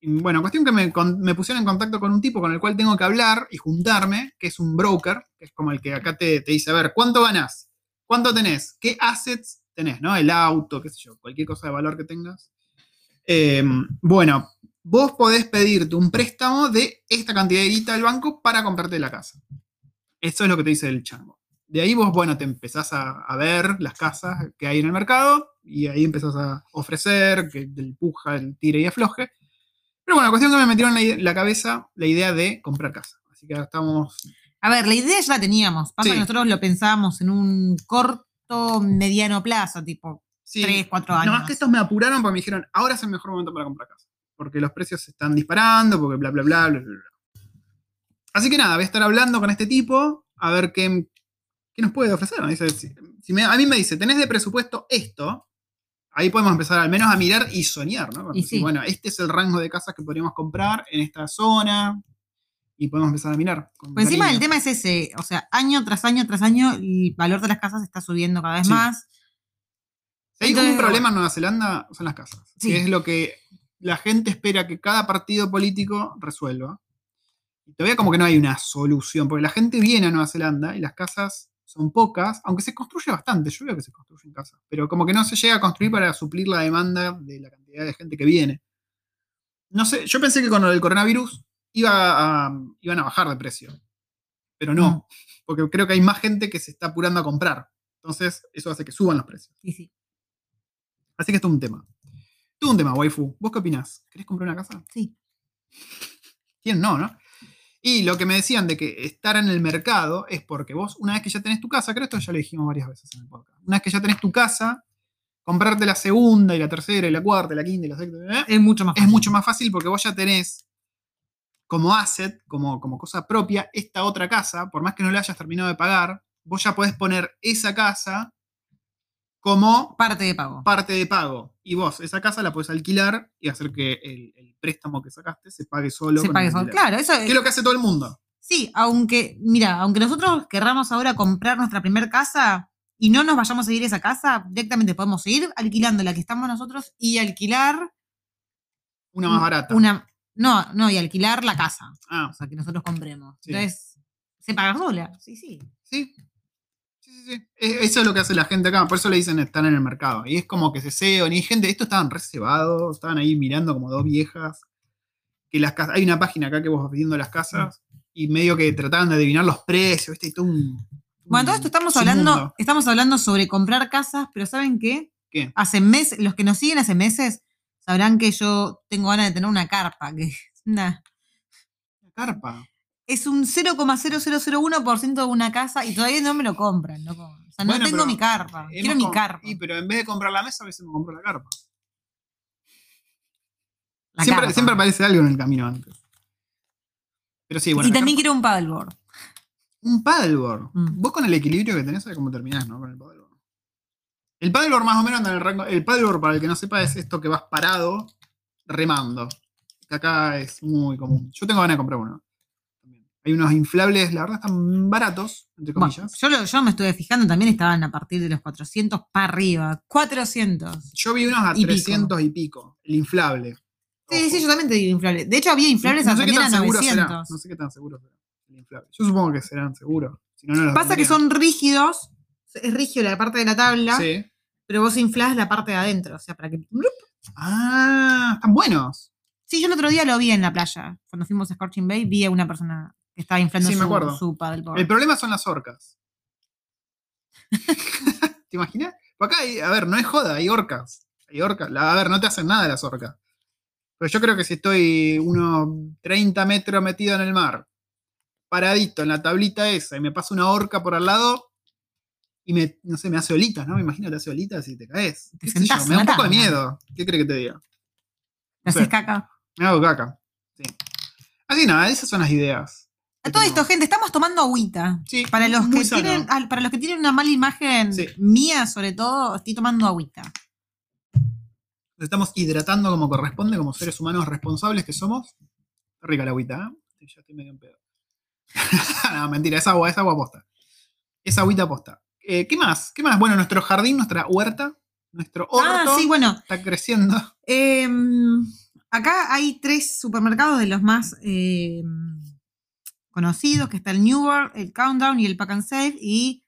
Speaker 1: Y bueno, cuestión que me, con- me pusieron en contacto con un tipo con el cual tengo que hablar y juntarme, que es un broker, que es como el que acá te, te dice, a ver, ¿cuánto ganás? ¿Cuánto tenés? ¿Qué assets tenés? ¿No? El auto, qué sé yo, cualquier cosa de valor que tengas. Eh, bueno, vos podés pedirte un préstamo de esta cantidad de guita al banco para comprarte la casa. Eso es lo que te dice el chango. De ahí vos, bueno, te empezás a, a ver las casas que hay en el mercado y ahí empezás a ofrecer, que el puja, el tire y afloje. Pero bueno, cuestión que me metieron en la, ide- la cabeza la idea de comprar casa. Así que ahora estamos...
Speaker 2: A ver, la idea ya la teníamos. Pasa
Speaker 1: Sí.
Speaker 2: que nosotros lo pensábamos en un corto, mediano plazo, tipo
Speaker 1: Sí,
Speaker 2: 3, 4
Speaker 1: No
Speaker 2: años.
Speaker 1: más que estos me apuraron porque me dijeron, ahora es el mejor momento para comprar casa. Porque los precios se están disparando, porque bla, bla, bla, bla, bla. bla. Así que nada, voy a estar hablando con este tipo a ver qué, qué nos puede ofrecer. Me dice, si- si me- a mí me dice, tenés de presupuesto esto, ahí podemos empezar al menos a mirar y soñar, ¿no?
Speaker 2: Y
Speaker 1: Decir,
Speaker 2: sí.
Speaker 1: Bueno, este es el rango de casas que podríamos comprar en esta zona y podemos empezar a mirar. con
Speaker 2: Por Pues encima
Speaker 1: cariño.
Speaker 2: del tema es ese, o sea, año tras año tras año el valor de las casas está subiendo cada vez
Speaker 1: Sí.
Speaker 2: más.
Speaker 1: Si hay
Speaker 2: Entonces,
Speaker 1: un problema en Nueva Zelanda, son las casas.
Speaker 2: Sí.
Speaker 1: Que es lo que la gente espera que cada partido político resuelva. Y todavía como que no hay una solución, porque la gente viene a Nueva Zelanda y las casas son pocas, aunque se construye bastante, yo veo que se construyen casas, pero como que no se llega a construir para suplir la demanda de la cantidad de gente que viene. No sé, yo pensé que con lo del coronavirus iba a- iban a bajar de precio, pero
Speaker 2: Mm.
Speaker 1: no, porque creo que hay más gente que se está apurando a comprar, entonces eso hace que suban los precios.
Speaker 2: Y sí,
Speaker 1: Así que esto es un tema. Esto es un tema, waifu. ¿Vos qué opinás? ¿Querés comprar una casa?
Speaker 2: sí.
Speaker 1: ¿Quién no, no? Y lo que me decían de que estar en el mercado es porque vos, una vez que ya tenés tu casa, creo que esto ya lo dijimos varias veces en el podcast, una vez que ya tenés tu casa, comprarte la segunda y la tercera y la cuarta y la quinta y la sexta, ¿eh?
Speaker 2: Es mucho más
Speaker 1: es
Speaker 2: fácil.
Speaker 1: mucho más fácil porque vos ya tenés como asset, como, como cosa propia, esta otra casa, por más que no la hayas terminado de pagar, vos ya podés poner esa casa como
Speaker 2: Parte de pago.
Speaker 1: parte de pago. Y vos esa casa la podés alquilar y hacer que el, el préstamo que sacaste se pague solo.
Speaker 2: Se
Speaker 1: con
Speaker 2: pague
Speaker 1: el
Speaker 2: solo.
Speaker 1: alquiler.
Speaker 2: Claro, eso
Speaker 1: Que es lo que hace todo el mundo.
Speaker 2: Sí, aunque, mira, aunque nosotros querramos ahora comprar nuestra primer casa y no nos vayamos a ir a esa casa, directamente podemos seguir alquilando la que estamos nosotros y alquilar
Speaker 1: Una más barata.
Speaker 2: Mm, una. No, no, y alquilar la casa.
Speaker 1: Ah,
Speaker 2: O sea, que nosotros compremos.
Speaker 1: Sí.
Speaker 2: Entonces, se paga sola. Sí, sí.
Speaker 1: sí. Sí, sí, sí. E- Eso es lo que hace la gente acá. Por eso le dicen están en el mercado. Y es como que se ceban. Y hay gente, estos estaban reservados, estaban ahí mirando como dos viejas. Que las casas, hay una página acá que vos vas viendo las casas y medio que trataban de adivinar los precios, ¿viste? Y todo un-
Speaker 2: Bueno, todo
Speaker 1: un
Speaker 2: esto estamos
Speaker 1: submundo.
Speaker 2: hablando, estamos hablando sobre comprar casas, pero ¿saben qué?
Speaker 1: ¿Qué?
Speaker 2: Hace meses, los que nos siguen hace meses sabrán que yo tengo ganas de tener una carpa, que es una,
Speaker 1: Carpa.
Speaker 2: es un 0,0001% de una casa y todavía no me lo compran, loco. O sea, no
Speaker 1: Bueno,
Speaker 2: tengo
Speaker 1: pero
Speaker 2: mi carpa. Quiero
Speaker 1: Hemos
Speaker 2: mi
Speaker 1: com-
Speaker 2: carpa.
Speaker 1: Y, pero en vez de comprar la mesa, a veces me compro la carpa.
Speaker 2: la
Speaker 1: siempre,
Speaker 2: carpa.
Speaker 1: siempre aparece algo en el camino antes. Pero sí, bueno.
Speaker 2: y
Speaker 1: la
Speaker 2: también
Speaker 1: carpa.
Speaker 2: quiero un paddleboard.
Speaker 1: Un paddleboard.
Speaker 2: Mm.
Speaker 1: Vos con el equilibrio que tenés, ¿sabés cómo terminás, no? Con el paddleboard. El paddleboard más o menos anda en el rango. El paddleboard, para el que no sepa, es esto que vas parado remando. Que acá es muy común. Yo tengo ganas de comprar uno. Hay unos inflables, la verdad, están baratos, entre
Speaker 2: Bueno,
Speaker 1: comillas.
Speaker 2: yo, lo- yo me estuve fijando, también estaban a partir de los 400 para arriba. 400.
Speaker 1: Yo vi unos a
Speaker 2: Y pico.
Speaker 1: 300 y pico. El inflable.
Speaker 2: Sí,
Speaker 1: Ojo.
Speaker 2: sí, yo también te digo inflables. De hecho, había inflables
Speaker 1: no
Speaker 2: hasta
Speaker 1: sé qué
Speaker 2: también a
Speaker 1: tan seguro será.
Speaker 2: 900.
Speaker 1: No sé qué tan seguro será. el inflable. Yo supongo que serán seguros. Si no, no los
Speaker 2: Pasa que
Speaker 1: vendrían.
Speaker 2: son rígidos. Es rígido la parte de la tabla,
Speaker 1: Sí.
Speaker 2: pero vos inflás la parte de adentro. O sea, para que.
Speaker 1: Ah, están buenos.
Speaker 2: Sí, yo el otro día lo vi en la playa. Cuando fuimos a Scorching Bay, vi a una persona que estaba inflando
Speaker 1: Sí, me
Speaker 2: su,
Speaker 1: acuerdo.
Speaker 2: su paddleboard.
Speaker 1: El problema son las orcas. [laughs] ¿Te imaginas? Por acá, hay- a ver, no es joda, hay orcas. Hay orcas. La- a ver, no te hacen nada las orcas. Pero yo creo que si estoy unos 30 metros metido en el mar, paradito en la tablita esa, y me pasa una orca por al lado, y me, no sé, me hace olitas, ¿no? Imagínate, hace olitas y te caes.
Speaker 2: Te
Speaker 1: ¿Qué sé yo?
Speaker 2: sentás
Speaker 1: Me da un
Speaker 2: en la
Speaker 1: poco de
Speaker 2: tabla.
Speaker 1: miedo. ¿Qué crees que te diga?
Speaker 2: ¿Te haces
Speaker 1: Sí.
Speaker 2: caca?
Speaker 1: Me hago caca. Sí. Así nada, esas son las ideas.
Speaker 2: A todo esto, gente, estamos tomando agüita.
Speaker 1: Sí,
Speaker 2: Para los,
Speaker 1: muy
Speaker 2: que
Speaker 1: sano.
Speaker 2: tienen, al- para los que tienen una mala imagen
Speaker 1: Sí.
Speaker 2: mía, sobre todo, estoy tomando agüita.
Speaker 1: Nos estamos hidratando como corresponde, como seres humanos responsables que somos. Está rica la agüita, ¿eh? Sí, ya estoy medio en pedo. [laughs] no, mentira, es agua, es agua posta. Es agüita posta. Eh, ¿Qué más? ¿Qué más? Bueno, nuestro jardín, nuestra huerta, nuestro orto
Speaker 2: Ah, sí, bueno.
Speaker 1: está creciendo.
Speaker 2: eh, acá hay tres supermercados de los más eh, conocidos, que está el New World, el Countdown y el Pack and Save. Y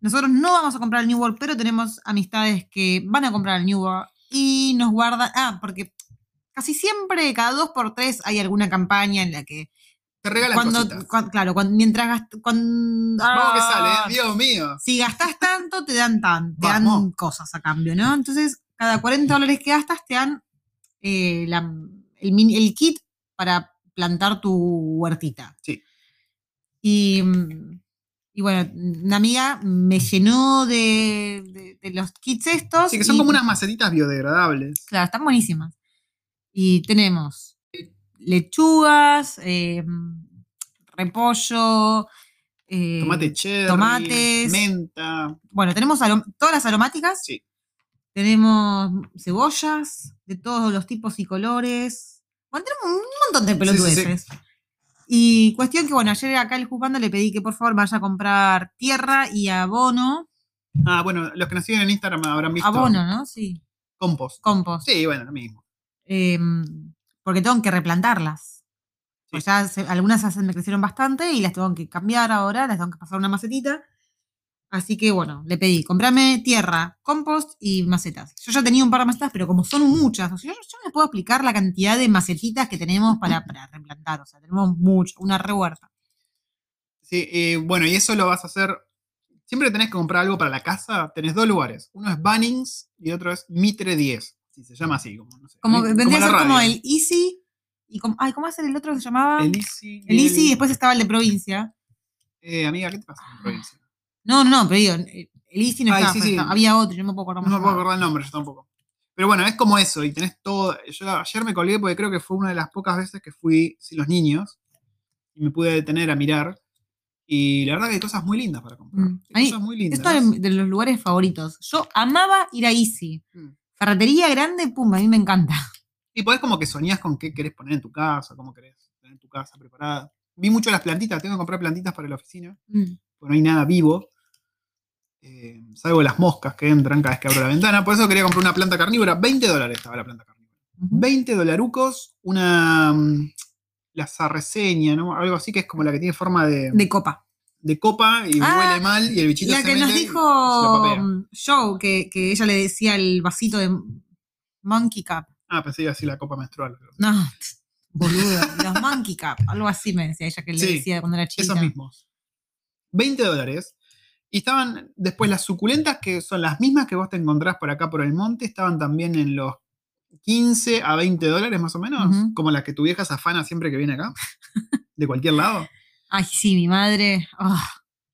Speaker 2: nosotros no vamos a comprar el New World, pero tenemos amistades que van a comprar el New World y nos guardan... Ah, porque casi siempre, cada dos por tres, hay alguna campaña en la que
Speaker 1: Te regalan cositas.
Speaker 2: cuando, cuan- claro, cuan- mientras gast- cuan-
Speaker 1: Vamos que sale,
Speaker 2: Ah.
Speaker 1: ¿eh? Dios mío.
Speaker 2: Si gastás tanto, te dan tan, te dan
Speaker 1: Vamos.
Speaker 2: cosas a cambio, ¿no? Entonces, cada 40 dólares que gastas, te dan eh, la- el, mini- el kit para plantar tu huertita.
Speaker 1: Sí.
Speaker 2: Y, mm, y bueno, una amiga me llenó de, de- de los kits estos.
Speaker 1: Así que son
Speaker 2: y-
Speaker 1: como unas macetitas biodegradables.
Speaker 2: Claro, están buenísimas. Y tenemos eh, lechugas, eh, repollo, eh,
Speaker 1: Tomate cherry,
Speaker 2: tomates.
Speaker 1: menta.
Speaker 2: Bueno, tenemos arom- todas las aromáticas.
Speaker 1: Sí.
Speaker 2: Tenemos cebollas de todos los tipos y colores. Bueno, tenemos un montón de
Speaker 1: Sí, sí, sí.
Speaker 2: pelotudeces. Y cuestión que, bueno, ayer acá el Jupando le pedí que por favor vaya a comprar tierra y abono.
Speaker 1: Ah, bueno, los que nos siguen en Instagram habrán visto
Speaker 2: Abono, ¿no? Sí.
Speaker 1: compost.
Speaker 2: Compost.
Speaker 1: Sí, bueno, lo mismo.
Speaker 2: Em, porque tengo que replantarlas. Pues ya se- algunas ya se me crecieron bastante y las tengo que cambiar ahora, las tengo que pasar a una macetita. Así que bueno, le pedí, comprame tierra, compost y macetas. Yo ya tenía un par de macetas, pero como son muchas, o sea, yo, yo no les puedo explicar la cantidad de macetitas que tenemos para,
Speaker 1: [laughs]
Speaker 2: para replantar. O sea, tenemos mucho, una rehuerta.
Speaker 1: Sí, eh, bueno, y eso lo vas a hacer. Siempre tenés que comprar algo para la casa. Tenés dos lugares. Uno es Bunnings y otro es Mitre 10. Si se llama así, como no sé.
Speaker 2: Como
Speaker 1: Mi-
Speaker 2: vendría a
Speaker 1: la
Speaker 2: ser como
Speaker 1: radio.
Speaker 2: el Easy. Y como, ay, ¿cómo es el otro que se llamaba?
Speaker 1: El
Speaker 2: El,
Speaker 1: Easy. y
Speaker 2: Easy,
Speaker 1: el-
Speaker 2: después estaba el de provincia.
Speaker 1: Eh, amiga, ¿qué te pasa con provincia?
Speaker 2: No, no, no, pero digo, el Easy no
Speaker 1: Ay,
Speaker 2: estaba,
Speaker 1: sí,
Speaker 2: pero
Speaker 1: sí.
Speaker 2: estaba- había otro, yo no me puedo acordar
Speaker 1: No
Speaker 2: cómo
Speaker 1: me
Speaker 2: se
Speaker 1: puedo
Speaker 2: llamaba.
Speaker 1: acordar el nombre, yo tampoco. Pero bueno, es como eso. Y tenés todo. Yo ayer me colgué porque creo que fue una de las pocas veces que fui sin los niños. Y me pude detener a mirar. Y la verdad que hay cosas muy lindas para comprar.
Speaker 2: Mm.
Speaker 1: Hay
Speaker 2: Ahí-
Speaker 1: cosas muy
Speaker 2: Esto
Speaker 1: lindas.
Speaker 2: es de los lugares favoritos. Yo amaba ir a Easy.
Speaker 1: Mm.
Speaker 2: Ferretería grande, pum, a mí me encanta.
Speaker 1: Y podés como que soñás con qué querés poner en tu casa, cómo querés tener tu casa preparada. Vi mucho las plantitas, tengo que comprar plantitas para la oficina, porque no hay nada vivo. Eh, salvo las moscas que entran cada vez que abro la ventana. Por eso quería comprar una planta carnívora. 20 dólares estaba la planta carnívora. 20 dolarucos, una. mm, La sarreseña, ¿no? Algo así que es como la que tiene forma de,
Speaker 2: De copa.
Speaker 1: de copa y
Speaker 2: Ah,
Speaker 1: huele mal y el bichito
Speaker 2: La
Speaker 1: se
Speaker 2: que nos
Speaker 1: mete y se lo
Speaker 2: dijo
Speaker 1: papea.
Speaker 2: mm, Joe, que, que ella le decía el vasito de Monkey Cup.
Speaker 1: Ah, pensé que iba a decir la copa menstrual. pero-
Speaker 2: No, [laughs] boludo. los Monkey Cup, algo así me decía ella que le
Speaker 1: Sí,
Speaker 2: decía cuando era chica.
Speaker 1: Esos mismos. 20 dólares. Y estaban después las suculentas, que son las mismas que vos te encontrás por acá por el monte, estaban también en los 15 a 20 dólares más o menos,
Speaker 2: Ujú.
Speaker 1: como las que tu vieja se afana siempre que viene acá, de cualquier lado.
Speaker 2: Ay, sí, mi madre. ah.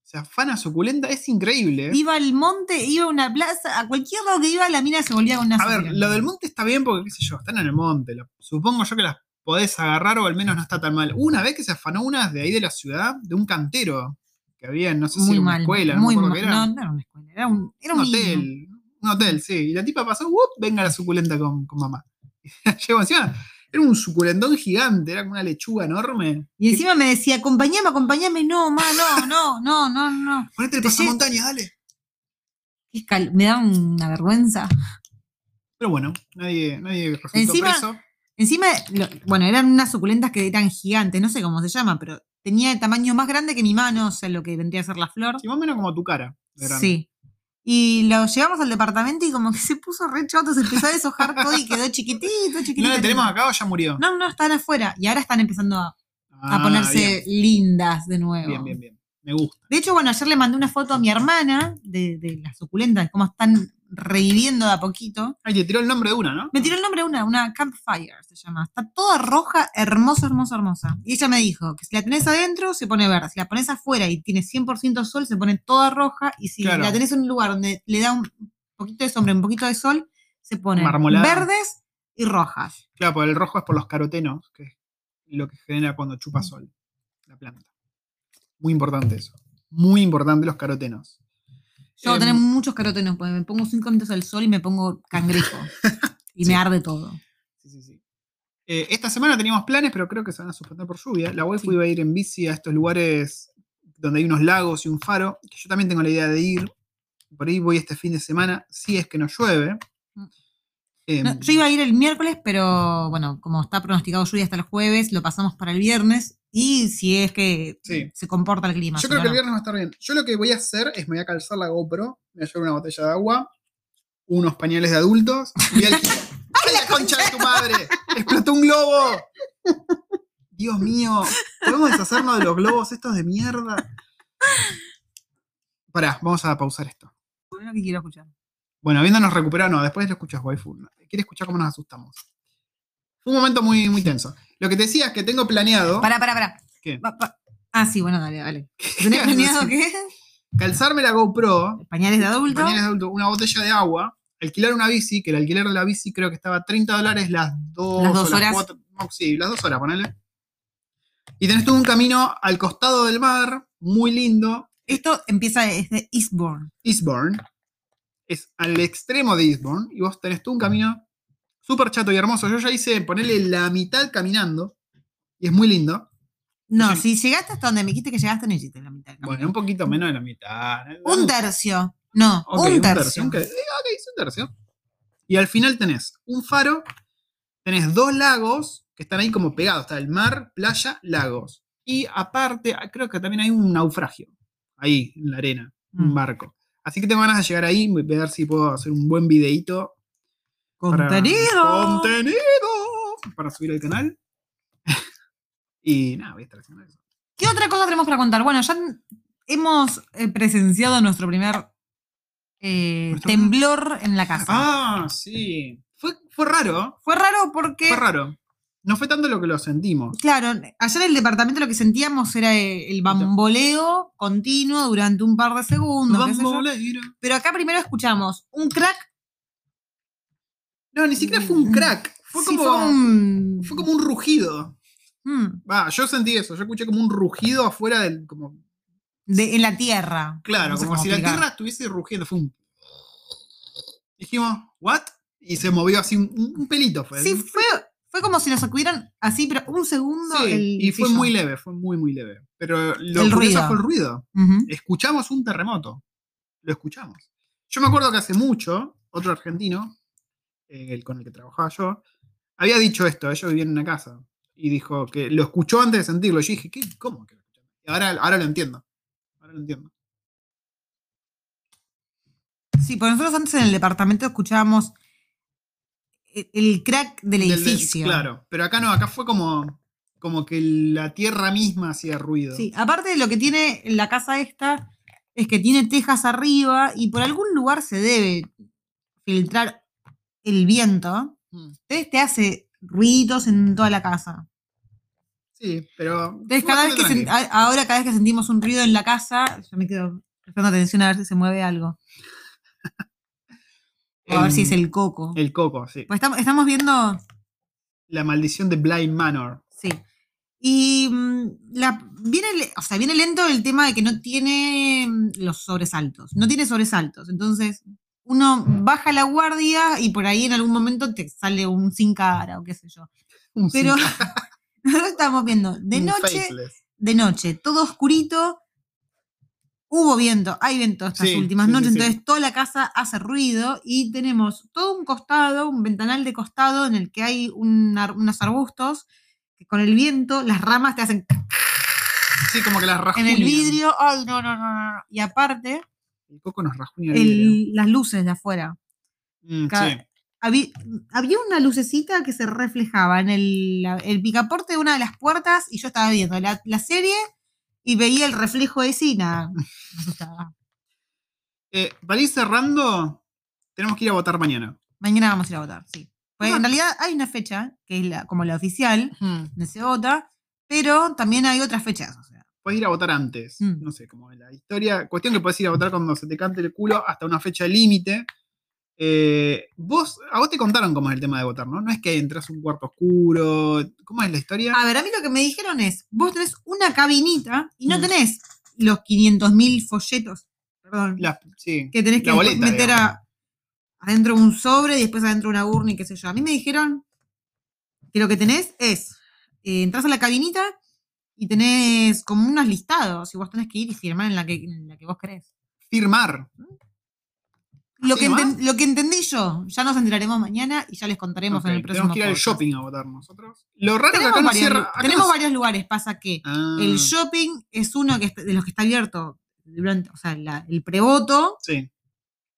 Speaker 1: Se afana suculenta, es increíble. ¿eh?
Speaker 2: Iba al monte, iba a una plaza, a cualquier lado que iba, la mina se volvía con una
Speaker 1: A ver,
Speaker 2: suculenta.
Speaker 1: lo del monte está bien porque, qué sé yo, están en el monte. la- supongo yo que las podés agarrar o al menos no está tan mal. Una vez que se afanó unas de ahí de la ciudad, de un cantero que había, en, no sé si
Speaker 2: muy
Speaker 1: era una
Speaker 2: mal.
Speaker 1: escuela, no me
Speaker 2: muy
Speaker 1: acuerdo
Speaker 2: mal.
Speaker 1: qué era.
Speaker 2: No, no era una escuela, era un, era
Speaker 1: un
Speaker 2: un niño.
Speaker 1: hotel. Un hotel, sí. Y la tipa pasó, ¡wup! venga la suculenta con, con mamá. [laughs] Llegó encima, era un suculentón gigante, era como una lechuga enorme.
Speaker 2: Y encima me decía, acompañame, acompañame. No, ma, no, no, no, no, no.
Speaker 1: Ponete el
Speaker 2: te lle-
Speaker 1: pasamontaña, dale.
Speaker 2: Qué escal- Me da una vergüenza.
Speaker 1: Pero bueno, nadie, nadie resultó
Speaker 2: Encima-
Speaker 1: preso.
Speaker 2: Encima, lo- bueno, eran unas suculentas que eran gigantes, no sé cómo se llama, pero tenía el tamaño más grande que mi mano, o sea, lo que vendría a ser la flor.
Speaker 1: Sí, más o menos como tu cara. de grande.
Speaker 2: Sí. Y lo llevamos al departamento y como que se puso re choto, se empezó a deshojar todo y quedó chiquitito,
Speaker 1: ¿Y
Speaker 2: chiquitito.
Speaker 1: [laughs] ¿No la tenemos acá o ya murió?
Speaker 2: No, no, están afuera. Y ahora están empezando a, a
Speaker 1: Ah,
Speaker 2: ponerse lindas de nuevo.
Speaker 1: Bien, bien, bien, bien. Me gusta.
Speaker 2: De hecho, bueno, ayer le mandé una foto a mi hermana de, de las suculentas, de cómo están reviviendo de a poquito.
Speaker 1: Ay, te tiró el nombre de una, ¿no?
Speaker 2: Me tiró el nombre de una, una Campfire se llama. Está toda roja, hermosa, hermosa, hermosa. Y ella me dijo que si la tenés adentro se pone verde, si la pones afuera y tiene 100% sol se pone toda roja y si
Speaker 1: Claro.
Speaker 2: la tenés en un lugar donde le da un poquito de sombra, un poquito de sol, se ponen
Speaker 1: Marmolada.
Speaker 2: verdes y rojas.
Speaker 1: Claro, porque el rojo es por los carotenos, que es lo que genera cuando chupa sol la planta. Muy importante eso. Muy importante los carotenos.
Speaker 2: Yo voy a
Speaker 1: Em,
Speaker 2: tener muchos carotenos, porque me pongo 5 minutos al sol y me pongo
Speaker 1: [laughs]
Speaker 2: cangrejo. y
Speaker 1: Sí.
Speaker 2: me arde todo.
Speaker 1: Sí, sí, sí. Eh, esta semana teníamos planes, pero creo que se van a suspender por lluvia. La waifu
Speaker 2: Sí.
Speaker 1: iba a ir en bici a estos lugares donde hay unos lagos y un faro, que yo también tengo la idea de ir. Por ahí voy este fin de semana, si es que no llueve.
Speaker 2: Mm.
Speaker 1: Em,
Speaker 2: No, yo iba a ir el miércoles, pero bueno, como está pronosticado lluvia hasta el jueves, lo pasamos para el viernes. Y si es que
Speaker 1: Sí.
Speaker 2: se comporta el clima.
Speaker 1: yo
Speaker 2: si
Speaker 1: creo
Speaker 2: no,
Speaker 1: que el
Speaker 2: no.
Speaker 1: viernes va a estar bien. Yo lo que voy a hacer es me voy a calzar la GoPro, me voy a llevar una botella de agua, unos pañales de adultos y
Speaker 2: [laughs]
Speaker 1: al ¡Ay, la concha de tu madre! ¡Explotó un globo! Dios mío, ¿podemos deshacernos de los globos estos de mierda? Pará, vamos a pausar esto.
Speaker 2: Lo que quiero escuchar.
Speaker 1: Bueno, viéndonos recuperar, no, después lo escuchas, waifu. ¿Quieres escuchar cómo nos asustamos? Fue un momento muy, muy tenso. Lo que te decía es que tengo planeado [laughs]
Speaker 2: Pará, pará, pará.
Speaker 1: ¿Qué?
Speaker 2: Pa- pa- Ah, sí, bueno, dale, dale. ¿Tenés
Speaker 1: [laughs] ibas a
Speaker 2: planeado qué?
Speaker 1: calzarme la GoPro,
Speaker 2: Pañales de adulto.
Speaker 1: pañales de adulto, una botella de agua, alquilar una bici, que el alquiler de la bici creo que estaba 30 dólares las dos,
Speaker 2: Las dos
Speaker 1: o
Speaker 2: horas.
Speaker 1: cuatro- no, sí, las dos horas, ponele. Y tenés todo un camino al costado del mar, muy lindo,
Speaker 2: Esto empieza desde Eastbourne.
Speaker 1: Eastbourne. Es al extremo de Eastbourne. Y vos tenés tú un camino súper chato y hermoso. Yo ya hice ponerle la mitad caminando. Y es muy lindo.
Speaker 2: No,
Speaker 1: Sí.
Speaker 2: si llegaste hasta donde me dijiste que llegaste, no hiciste la mitad. del
Speaker 1: Bueno, un
Speaker 2: camino.
Speaker 1: poquito menos de la mitad.
Speaker 2: un tercio. No,
Speaker 1: Ok,
Speaker 2: un tercio.
Speaker 1: ok, eh, ok, es un tercio. Y al final tenés un faro, tenés dos lagos que están ahí como pegados, está el mar, playa, lagos. Y aparte, ah, creo que también hay un naufragio ahí en la arena, un
Speaker 2: Mm.
Speaker 1: barco. Así que tengo ganas de llegar ahí, voy a ver si puedo hacer un buen videíto. para-
Speaker 2: Contenido.
Speaker 1: ¡Contenido! Para subir al canal. [laughs] y nada, voy a estar haciendo eso.
Speaker 2: ¿Qué otra cosa tenemos para contar? Bueno, ya hemos eh, presenciado nuestro primer eh,
Speaker 1: Nuestro-
Speaker 2: temblor en la casa.
Speaker 1: Ah, sí. Fue, fue raro, ¿eh?
Speaker 2: Fue raro porque,
Speaker 1: fue raro. No fue tanto lo que lo sentimos.
Speaker 2: claro, allá en el departamento lo que sentíamos era eh, el bamboleo continuo durante un par de segundos. qué sé yo.
Speaker 1: Bambolero.
Speaker 2: Pero acá primero escuchamos un crack.
Speaker 1: No, ni siquiera fue un
Speaker 2: Mm.
Speaker 1: crack. Fue,
Speaker 2: sí,
Speaker 1: como,
Speaker 2: fue un-
Speaker 1: fue como un rugido.
Speaker 2: Mm,
Speaker 1: Va, yo sentí eso. Yo escuché como un rugido afuera del. Como,
Speaker 2: de- en la tierra.
Speaker 1: Claro,
Speaker 2: No sé
Speaker 1: como
Speaker 2: cómo
Speaker 1: si la
Speaker 2: explicar.
Speaker 1: tierra estuviese rugiendo. Fue un. Dijimos, ¿what? Y se movió así un, un pelito. Fue.
Speaker 2: Sí, fue, fue como si nos sacudieran así, pero un segundo.
Speaker 1: Sí,
Speaker 2: el
Speaker 1: y fue
Speaker 2: sillón.
Speaker 1: muy leve, fue muy, muy leve. Pero lo
Speaker 2: El
Speaker 1: curioso
Speaker 2: ruido.
Speaker 1: fue el ruido.
Speaker 2: Ujú.
Speaker 1: Escuchamos un terremoto. Lo escuchamos. Yo me acuerdo que hace mucho, otro argentino, eh, el con el que trabajaba yo, había dicho esto. Ellos vivían en una casa. Y dijo que lo escuchó antes de sentirlo. Yo dije, ¿qué? ¿Cómo que lo escuchó? Y ahora, ahora lo entiendo. Ahora lo entiendo.
Speaker 2: Sí, porque nosotros antes en el departamento escuchábamos el, el crack del
Speaker 1: Del- del-
Speaker 2: edificio.
Speaker 1: claro. Pero acá no, acá fue como, como que la tierra misma hacía ruido.
Speaker 2: Sí, aparte de lo que tiene la casa esta, es que tiene tejas arriba y por algún lugar se debe filtrar el viento.
Speaker 1: Mm.
Speaker 2: Entonces te hace ruidos en toda la casa.
Speaker 1: Sí, pero.
Speaker 2: Entonces
Speaker 1: fue
Speaker 2: cada vez
Speaker 1: bastante
Speaker 2: que sen-
Speaker 1: tranqui.
Speaker 2: a- ahora cada vez que sentimos un ruido en la casa, yo me quedo prestando atención a ver si se mueve algo. O a ver si es el coco.
Speaker 1: El coco, sí.
Speaker 2: Pues estamos, estamos viendo
Speaker 1: La maldición de Blind Manor.
Speaker 2: Sí. Y mm, la, viene, le- o sea, viene lento el tema de que no tiene mm, los sobresaltos. No tiene sobresaltos. Entonces, uno
Speaker 1: Mm.
Speaker 2: baja la guardia y por ahí en algún momento te sale un sin cara o qué sé yo.
Speaker 1: Un
Speaker 2: Pero
Speaker 1: sin-
Speaker 2: [laughs] nosotros estamos viendo de
Speaker 1: un
Speaker 2: noche,
Speaker 1: faceless.
Speaker 2: de noche, todo oscurito. Hubo viento, hay viento estas
Speaker 1: Sí,
Speaker 2: últimas
Speaker 1: sí, sí,
Speaker 2: noches,
Speaker 1: sí.
Speaker 2: entonces toda la casa hace ruido y tenemos todo un costado, un ventanal de costado en el que hay un ar- unos arbustos que con el viento las ramas te hacen
Speaker 1: Sí, como que las
Speaker 2: en
Speaker 1: rajuñan.
Speaker 2: el vidrio. Ay, no, no, no, no, no. Y aparte,
Speaker 1: El coco nos rajuña el, vidrio.
Speaker 2: el- las luces de afuera.
Speaker 1: Mm,
Speaker 2: Ca-
Speaker 1: sí.
Speaker 2: Habí- había una lucecita que se reflejaba en el, la- el picaporte de una de las puertas y yo estaba viendo la, la serie y veía el reflejo
Speaker 1: [laughs]
Speaker 2: de Sina. Me asustaba.
Speaker 1: Eh, para ir cerrando, tenemos que ir a votar mañana.
Speaker 2: Mañana vamos a ir a votar, sí. Pues
Speaker 1: Ah.
Speaker 2: en realidad hay una fecha, que es la, como la oficial, donde se vota, pero también hay otras fechas. o sea.
Speaker 1: Puedes ir a votar antes.
Speaker 2: Mm.
Speaker 1: No sé, como en la historia. Cuestión que puedes ir a votar cuando se te cante el culo hasta una fecha límite. Eh, vos, a vos te contaron cómo es el tema de votar, ¿no? No es que entras a un cuarto oscuro. ¿Cómo es la historia?
Speaker 2: A ver, a mí lo que me dijeron es, vos tenés una cabinita y no
Speaker 1: Mm.
Speaker 2: tenés los 500.000 folletos, perdón,
Speaker 1: La- sí.
Speaker 2: que tenés
Speaker 1: la
Speaker 2: que
Speaker 1: boleta,
Speaker 2: meter
Speaker 1: digamos.
Speaker 2: a- adentro un sobre y después adentro una urna y qué sé yo. A mí me dijeron que lo que tenés es, eh, entras a la cabinita y tenés como unos listados y vos tenés que ir y firmar en la que, en la que vos querés.
Speaker 1: Firmar.
Speaker 2: Lo,
Speaker 1: ¿Así
Speaker 2: que
Speaker 1: nomás?
Speaker 2: enten- lo que entendí yo, ya nos enteraremos mañana y ya les contaremos en el
Speaker 1: Ok,
Speaker 2: próximo
Speaker 1: tenemos que ir al
Speaker 2: podcast.
Speaker 1: shopping a votar nosotros. Lo raro es que
Speaker 2: Tenemos,
Speaker 1: acá no
Speaker 2: varios,
Speaker 1: cierra.
Speaker 2: lu-
Speaker 1: acá
Speaker 2: tenemos
Speaker 1: no-
Speaker 2: varios lugares, pasa que
Speaker 1: Ah,
Speaker 2: el shopping es uno que está- de los que está abierto durante, o sea, la- el prevoto
Speaker 1: Sí.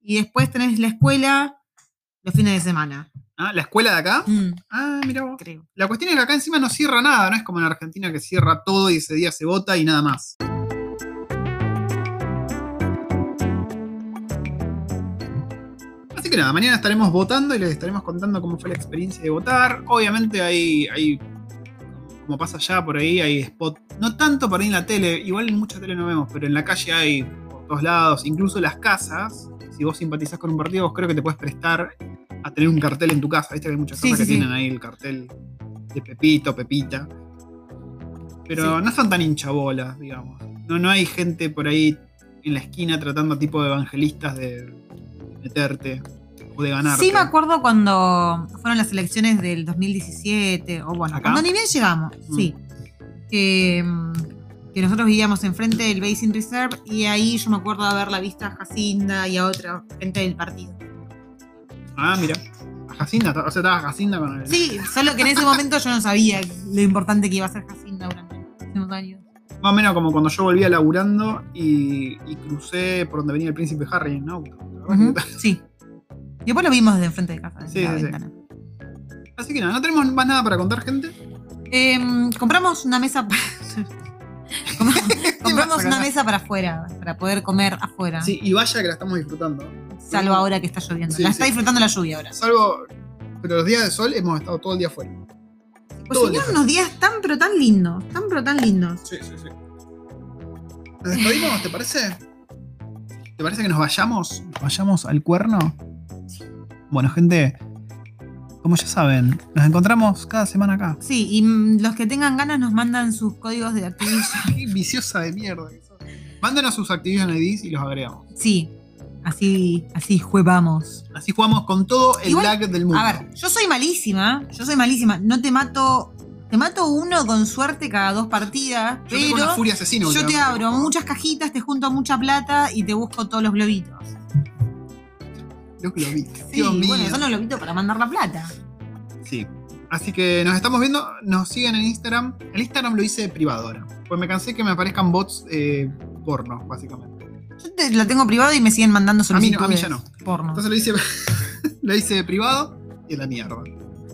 Speaker 2: y después tenés la escuela los fines de semana.
Speaker 1: Ah, la escuela de acá.
Speaker 2: Mm,
Speaker 1: Ah, mira vos.
Speaker 2: creo.
Speaker 1: La cuestión es que acá encima no cierra nada, no es como en Argentina que cierra todo y ese día se vota y nada más. Así que nada, mañana estaremos votando y les estaremos contando cómo fue la experiencia de votar. Obviamente hay, hay como pasa allá por ahí, hay spot, no tanto por ahí en la tele, igual en mucha tele no vemos, pero en la calle hay por todos lados, incluso las casas. Si vos simpatizás con un partido, vos creo que te puedes prestar a tener un cartel en tu casa. Viste que hay muchas
Speaker 2: Sí,
Speaker 1: casas que
Speaker 2: sí, sí.
Speaker 1: tienen ahí el cartel de Pepito, Pepita. Pero
Speaker 2: Sí.
Speaker 1: no son tan hinchabolas, digamos. No, no hay gente por ahí en la esquina tratando tipo de evangelistas de meterte o de ganarte.
Speaker 2: Sí, me acuerdo cuando fueron las elecciones del 2017, o bueno,
Speaker 1: ¿Acá?
Speaker 2: cuando ni bien llegamos,
Speaker 1: Mm.
Speaker 2: sí. Que, mm, que nosotros vivíamos enfrente del Basin Reserve y ahí yo me acuerdo de haberla visto a Jacinda y a otra gente del partido.
Speaker 1: Ah, mira. A Jacinda, o sea, estaba Jacinda con el.
Speaker 2: Sí, solo que en ese momento yo no sabía lo importante que iba a ser Jacinda durante unos años.
Speaker 1: Más o menos como cuando yo volvía laburando y, y crucé por donde venía el príncipe Harry en auto. La verdad
Speaker 2: Ujú,
Speaker 1: que-
Speaker 2: Sí. Y Después lo vimos desde enfrente de casa, desde
Speaker 1: Sí,
Speaker 2: la
Speaker 1: sí, sí.
Speaker 2: ventana.
Speaker 1: Así que nada, no tenemos más nada para contar, gente.
Speaker 2: Em, compramos una mesa para... [laughs] compramos una
Speaker 1: ganar.
Speaker 2: mesa para afuera, para poder comer afuera.
Speaker 1: Sí, y vaya que la estamos disfrutando.
Speaker 2: Salvo ahora que está lloviendo.
Speaker 1: Sí,
Speaker 2: la
Speaker 1: sí.
Speaker 2: está disfrutando la lluvia ahora.
Speaker 1: Salvo. Pero los días de sol hemos estado todo el día afuera.
Speaker 2: Pues
Speaker 1: Todo el
Speaker 2: señor, unos días tan pero tan lindos. Tan pero tan lindos.
Speaker 1: Sí, sí, sí. ¿Nos despedimos? ¿Te parece? ¿Te parece que nos vayamos? ¿Nos vayamos al cuerno? Bueno, gente, como ya saben, nos encontramos cada semana
Speaker 2: [laughs]
Speaker 1: acá.
Speaker 2: Sí, [laughs] y mm, los que tengan ganas nos mandan sus códigos de Activision.
Speaker 1: Qué viciosa de mierda que sos. Mándenos sus Activision IDs y los agregamos.
Speaker 2: Sí, así, así juevamos.
Speaker 1: Así jugamos con todo el
Speaker 2: Igual-
Speaker 1: lag del mundo.
Speaker 2: A ver, yo soy malísima, yo soy malísima. No te mato, te mato uno con suerte cada dos partidas,
Speaker 1: yo tengo una
Speaker 2: pero
Speaker 1: furia asesina.
Speaker 2: yo te
Speaker 1: últimamente.
Speaker 2: abro muchas cajitas, te junto mucha plata y te busco todos los globitos.
Speaker 1: Los globitos.
Speaker 2: Sí,
Speaker 1: Dios mío.
Speaker 2: bueno, son los globitos para mandar la plata.
Speaker 1: Sí. Así que nos estamos viendo, nos siguen en Instagram. El Instagram lo hice privado ahora. Pues me cansé que me aparezcan bots eh, porno, básicamente.
Speaker 2: Yo te- lo tengo privado y me siguen mandando
Speaker 1: A mí
Speaker 2: solicitudes.
Speaker 1: no- a mí ya no.
Speaker 2: Porno.
Speaker 1: Entonces lo hice, [laughs] lo hice privado y a la mierda.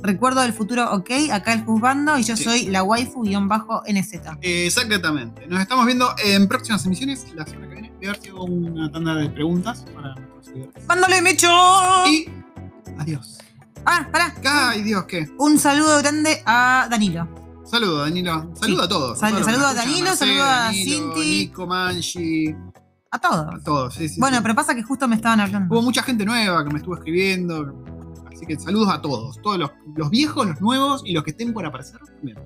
Speaker 2: Recuerdo del futuro, ok, acá el juzgando y yo
Speaker 1: Sí.
Speaker 2: soy la waifu-nz.
Speaker 1: Exactamente. Nos estamos viendo en próximas emisiones. La semana que viene voy a haber sido una tanda de preguntas para nuestros seguidores.
Speaker 2: ¡Mándole mecho!
Speaker 1: Y adiós.
Speaker 2: Ah, pará.
Speaker 1: Ay, Dios, qué.
Speaker 2: Un saludo grande a Danilo.
Speaker 1: Saludo, Danilo. Saludo
Speaker 2: Sí.
Speaker 1: a todos.
Speaker 2: Sal-
Speaker 1: todos los que
Speaker 2: saludo a
Speaker 1: nos escuchan.
Speaker 2: Danilo,
Speaker 1: Mercedes,
Speaker 2: saludo a
Speaker 1: Danilo,
Speaker 2: Cinti.
Speaker 1: Nico, Manji,
Speaker 2: A
Speaker 1: a
Speaker 2: todos.
Speaker 1: todos. Sí, sí,
Speaker 2: Bueno,
Speaker 1: sí.
Speaker 2: pero pasa que justo me estaban
Speaker 1: Hubo
Speaker 2: hablando.
Speaker 1: mucha gente nueva que me estuvo escribiendo. Así que saludos a todos. Todos los, los viejos, los nuevos y los que estén por aparecer también.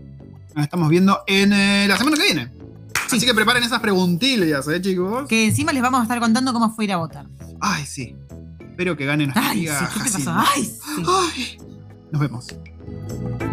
Speaker 1: Nos estamos viendo en eh, la semana que viene.
Speaker 2: Sí.
Speaker 1: Así que preparen esas preguntillas, ¿eh, chicos?
Speaker 2: Que encima les vamos a estar contando cómo fue ir a votar.
Speaker 1: Ay, sí. Espero que ganen las
Speaker 2: Ay, sí,
Speaker 1: ligas.
Speaker 2: ¿qué te
Speaker 1: Jacin.
Speaker 2: pasó? Ay, sí.
Speaker 1: Ay. Nos vemos.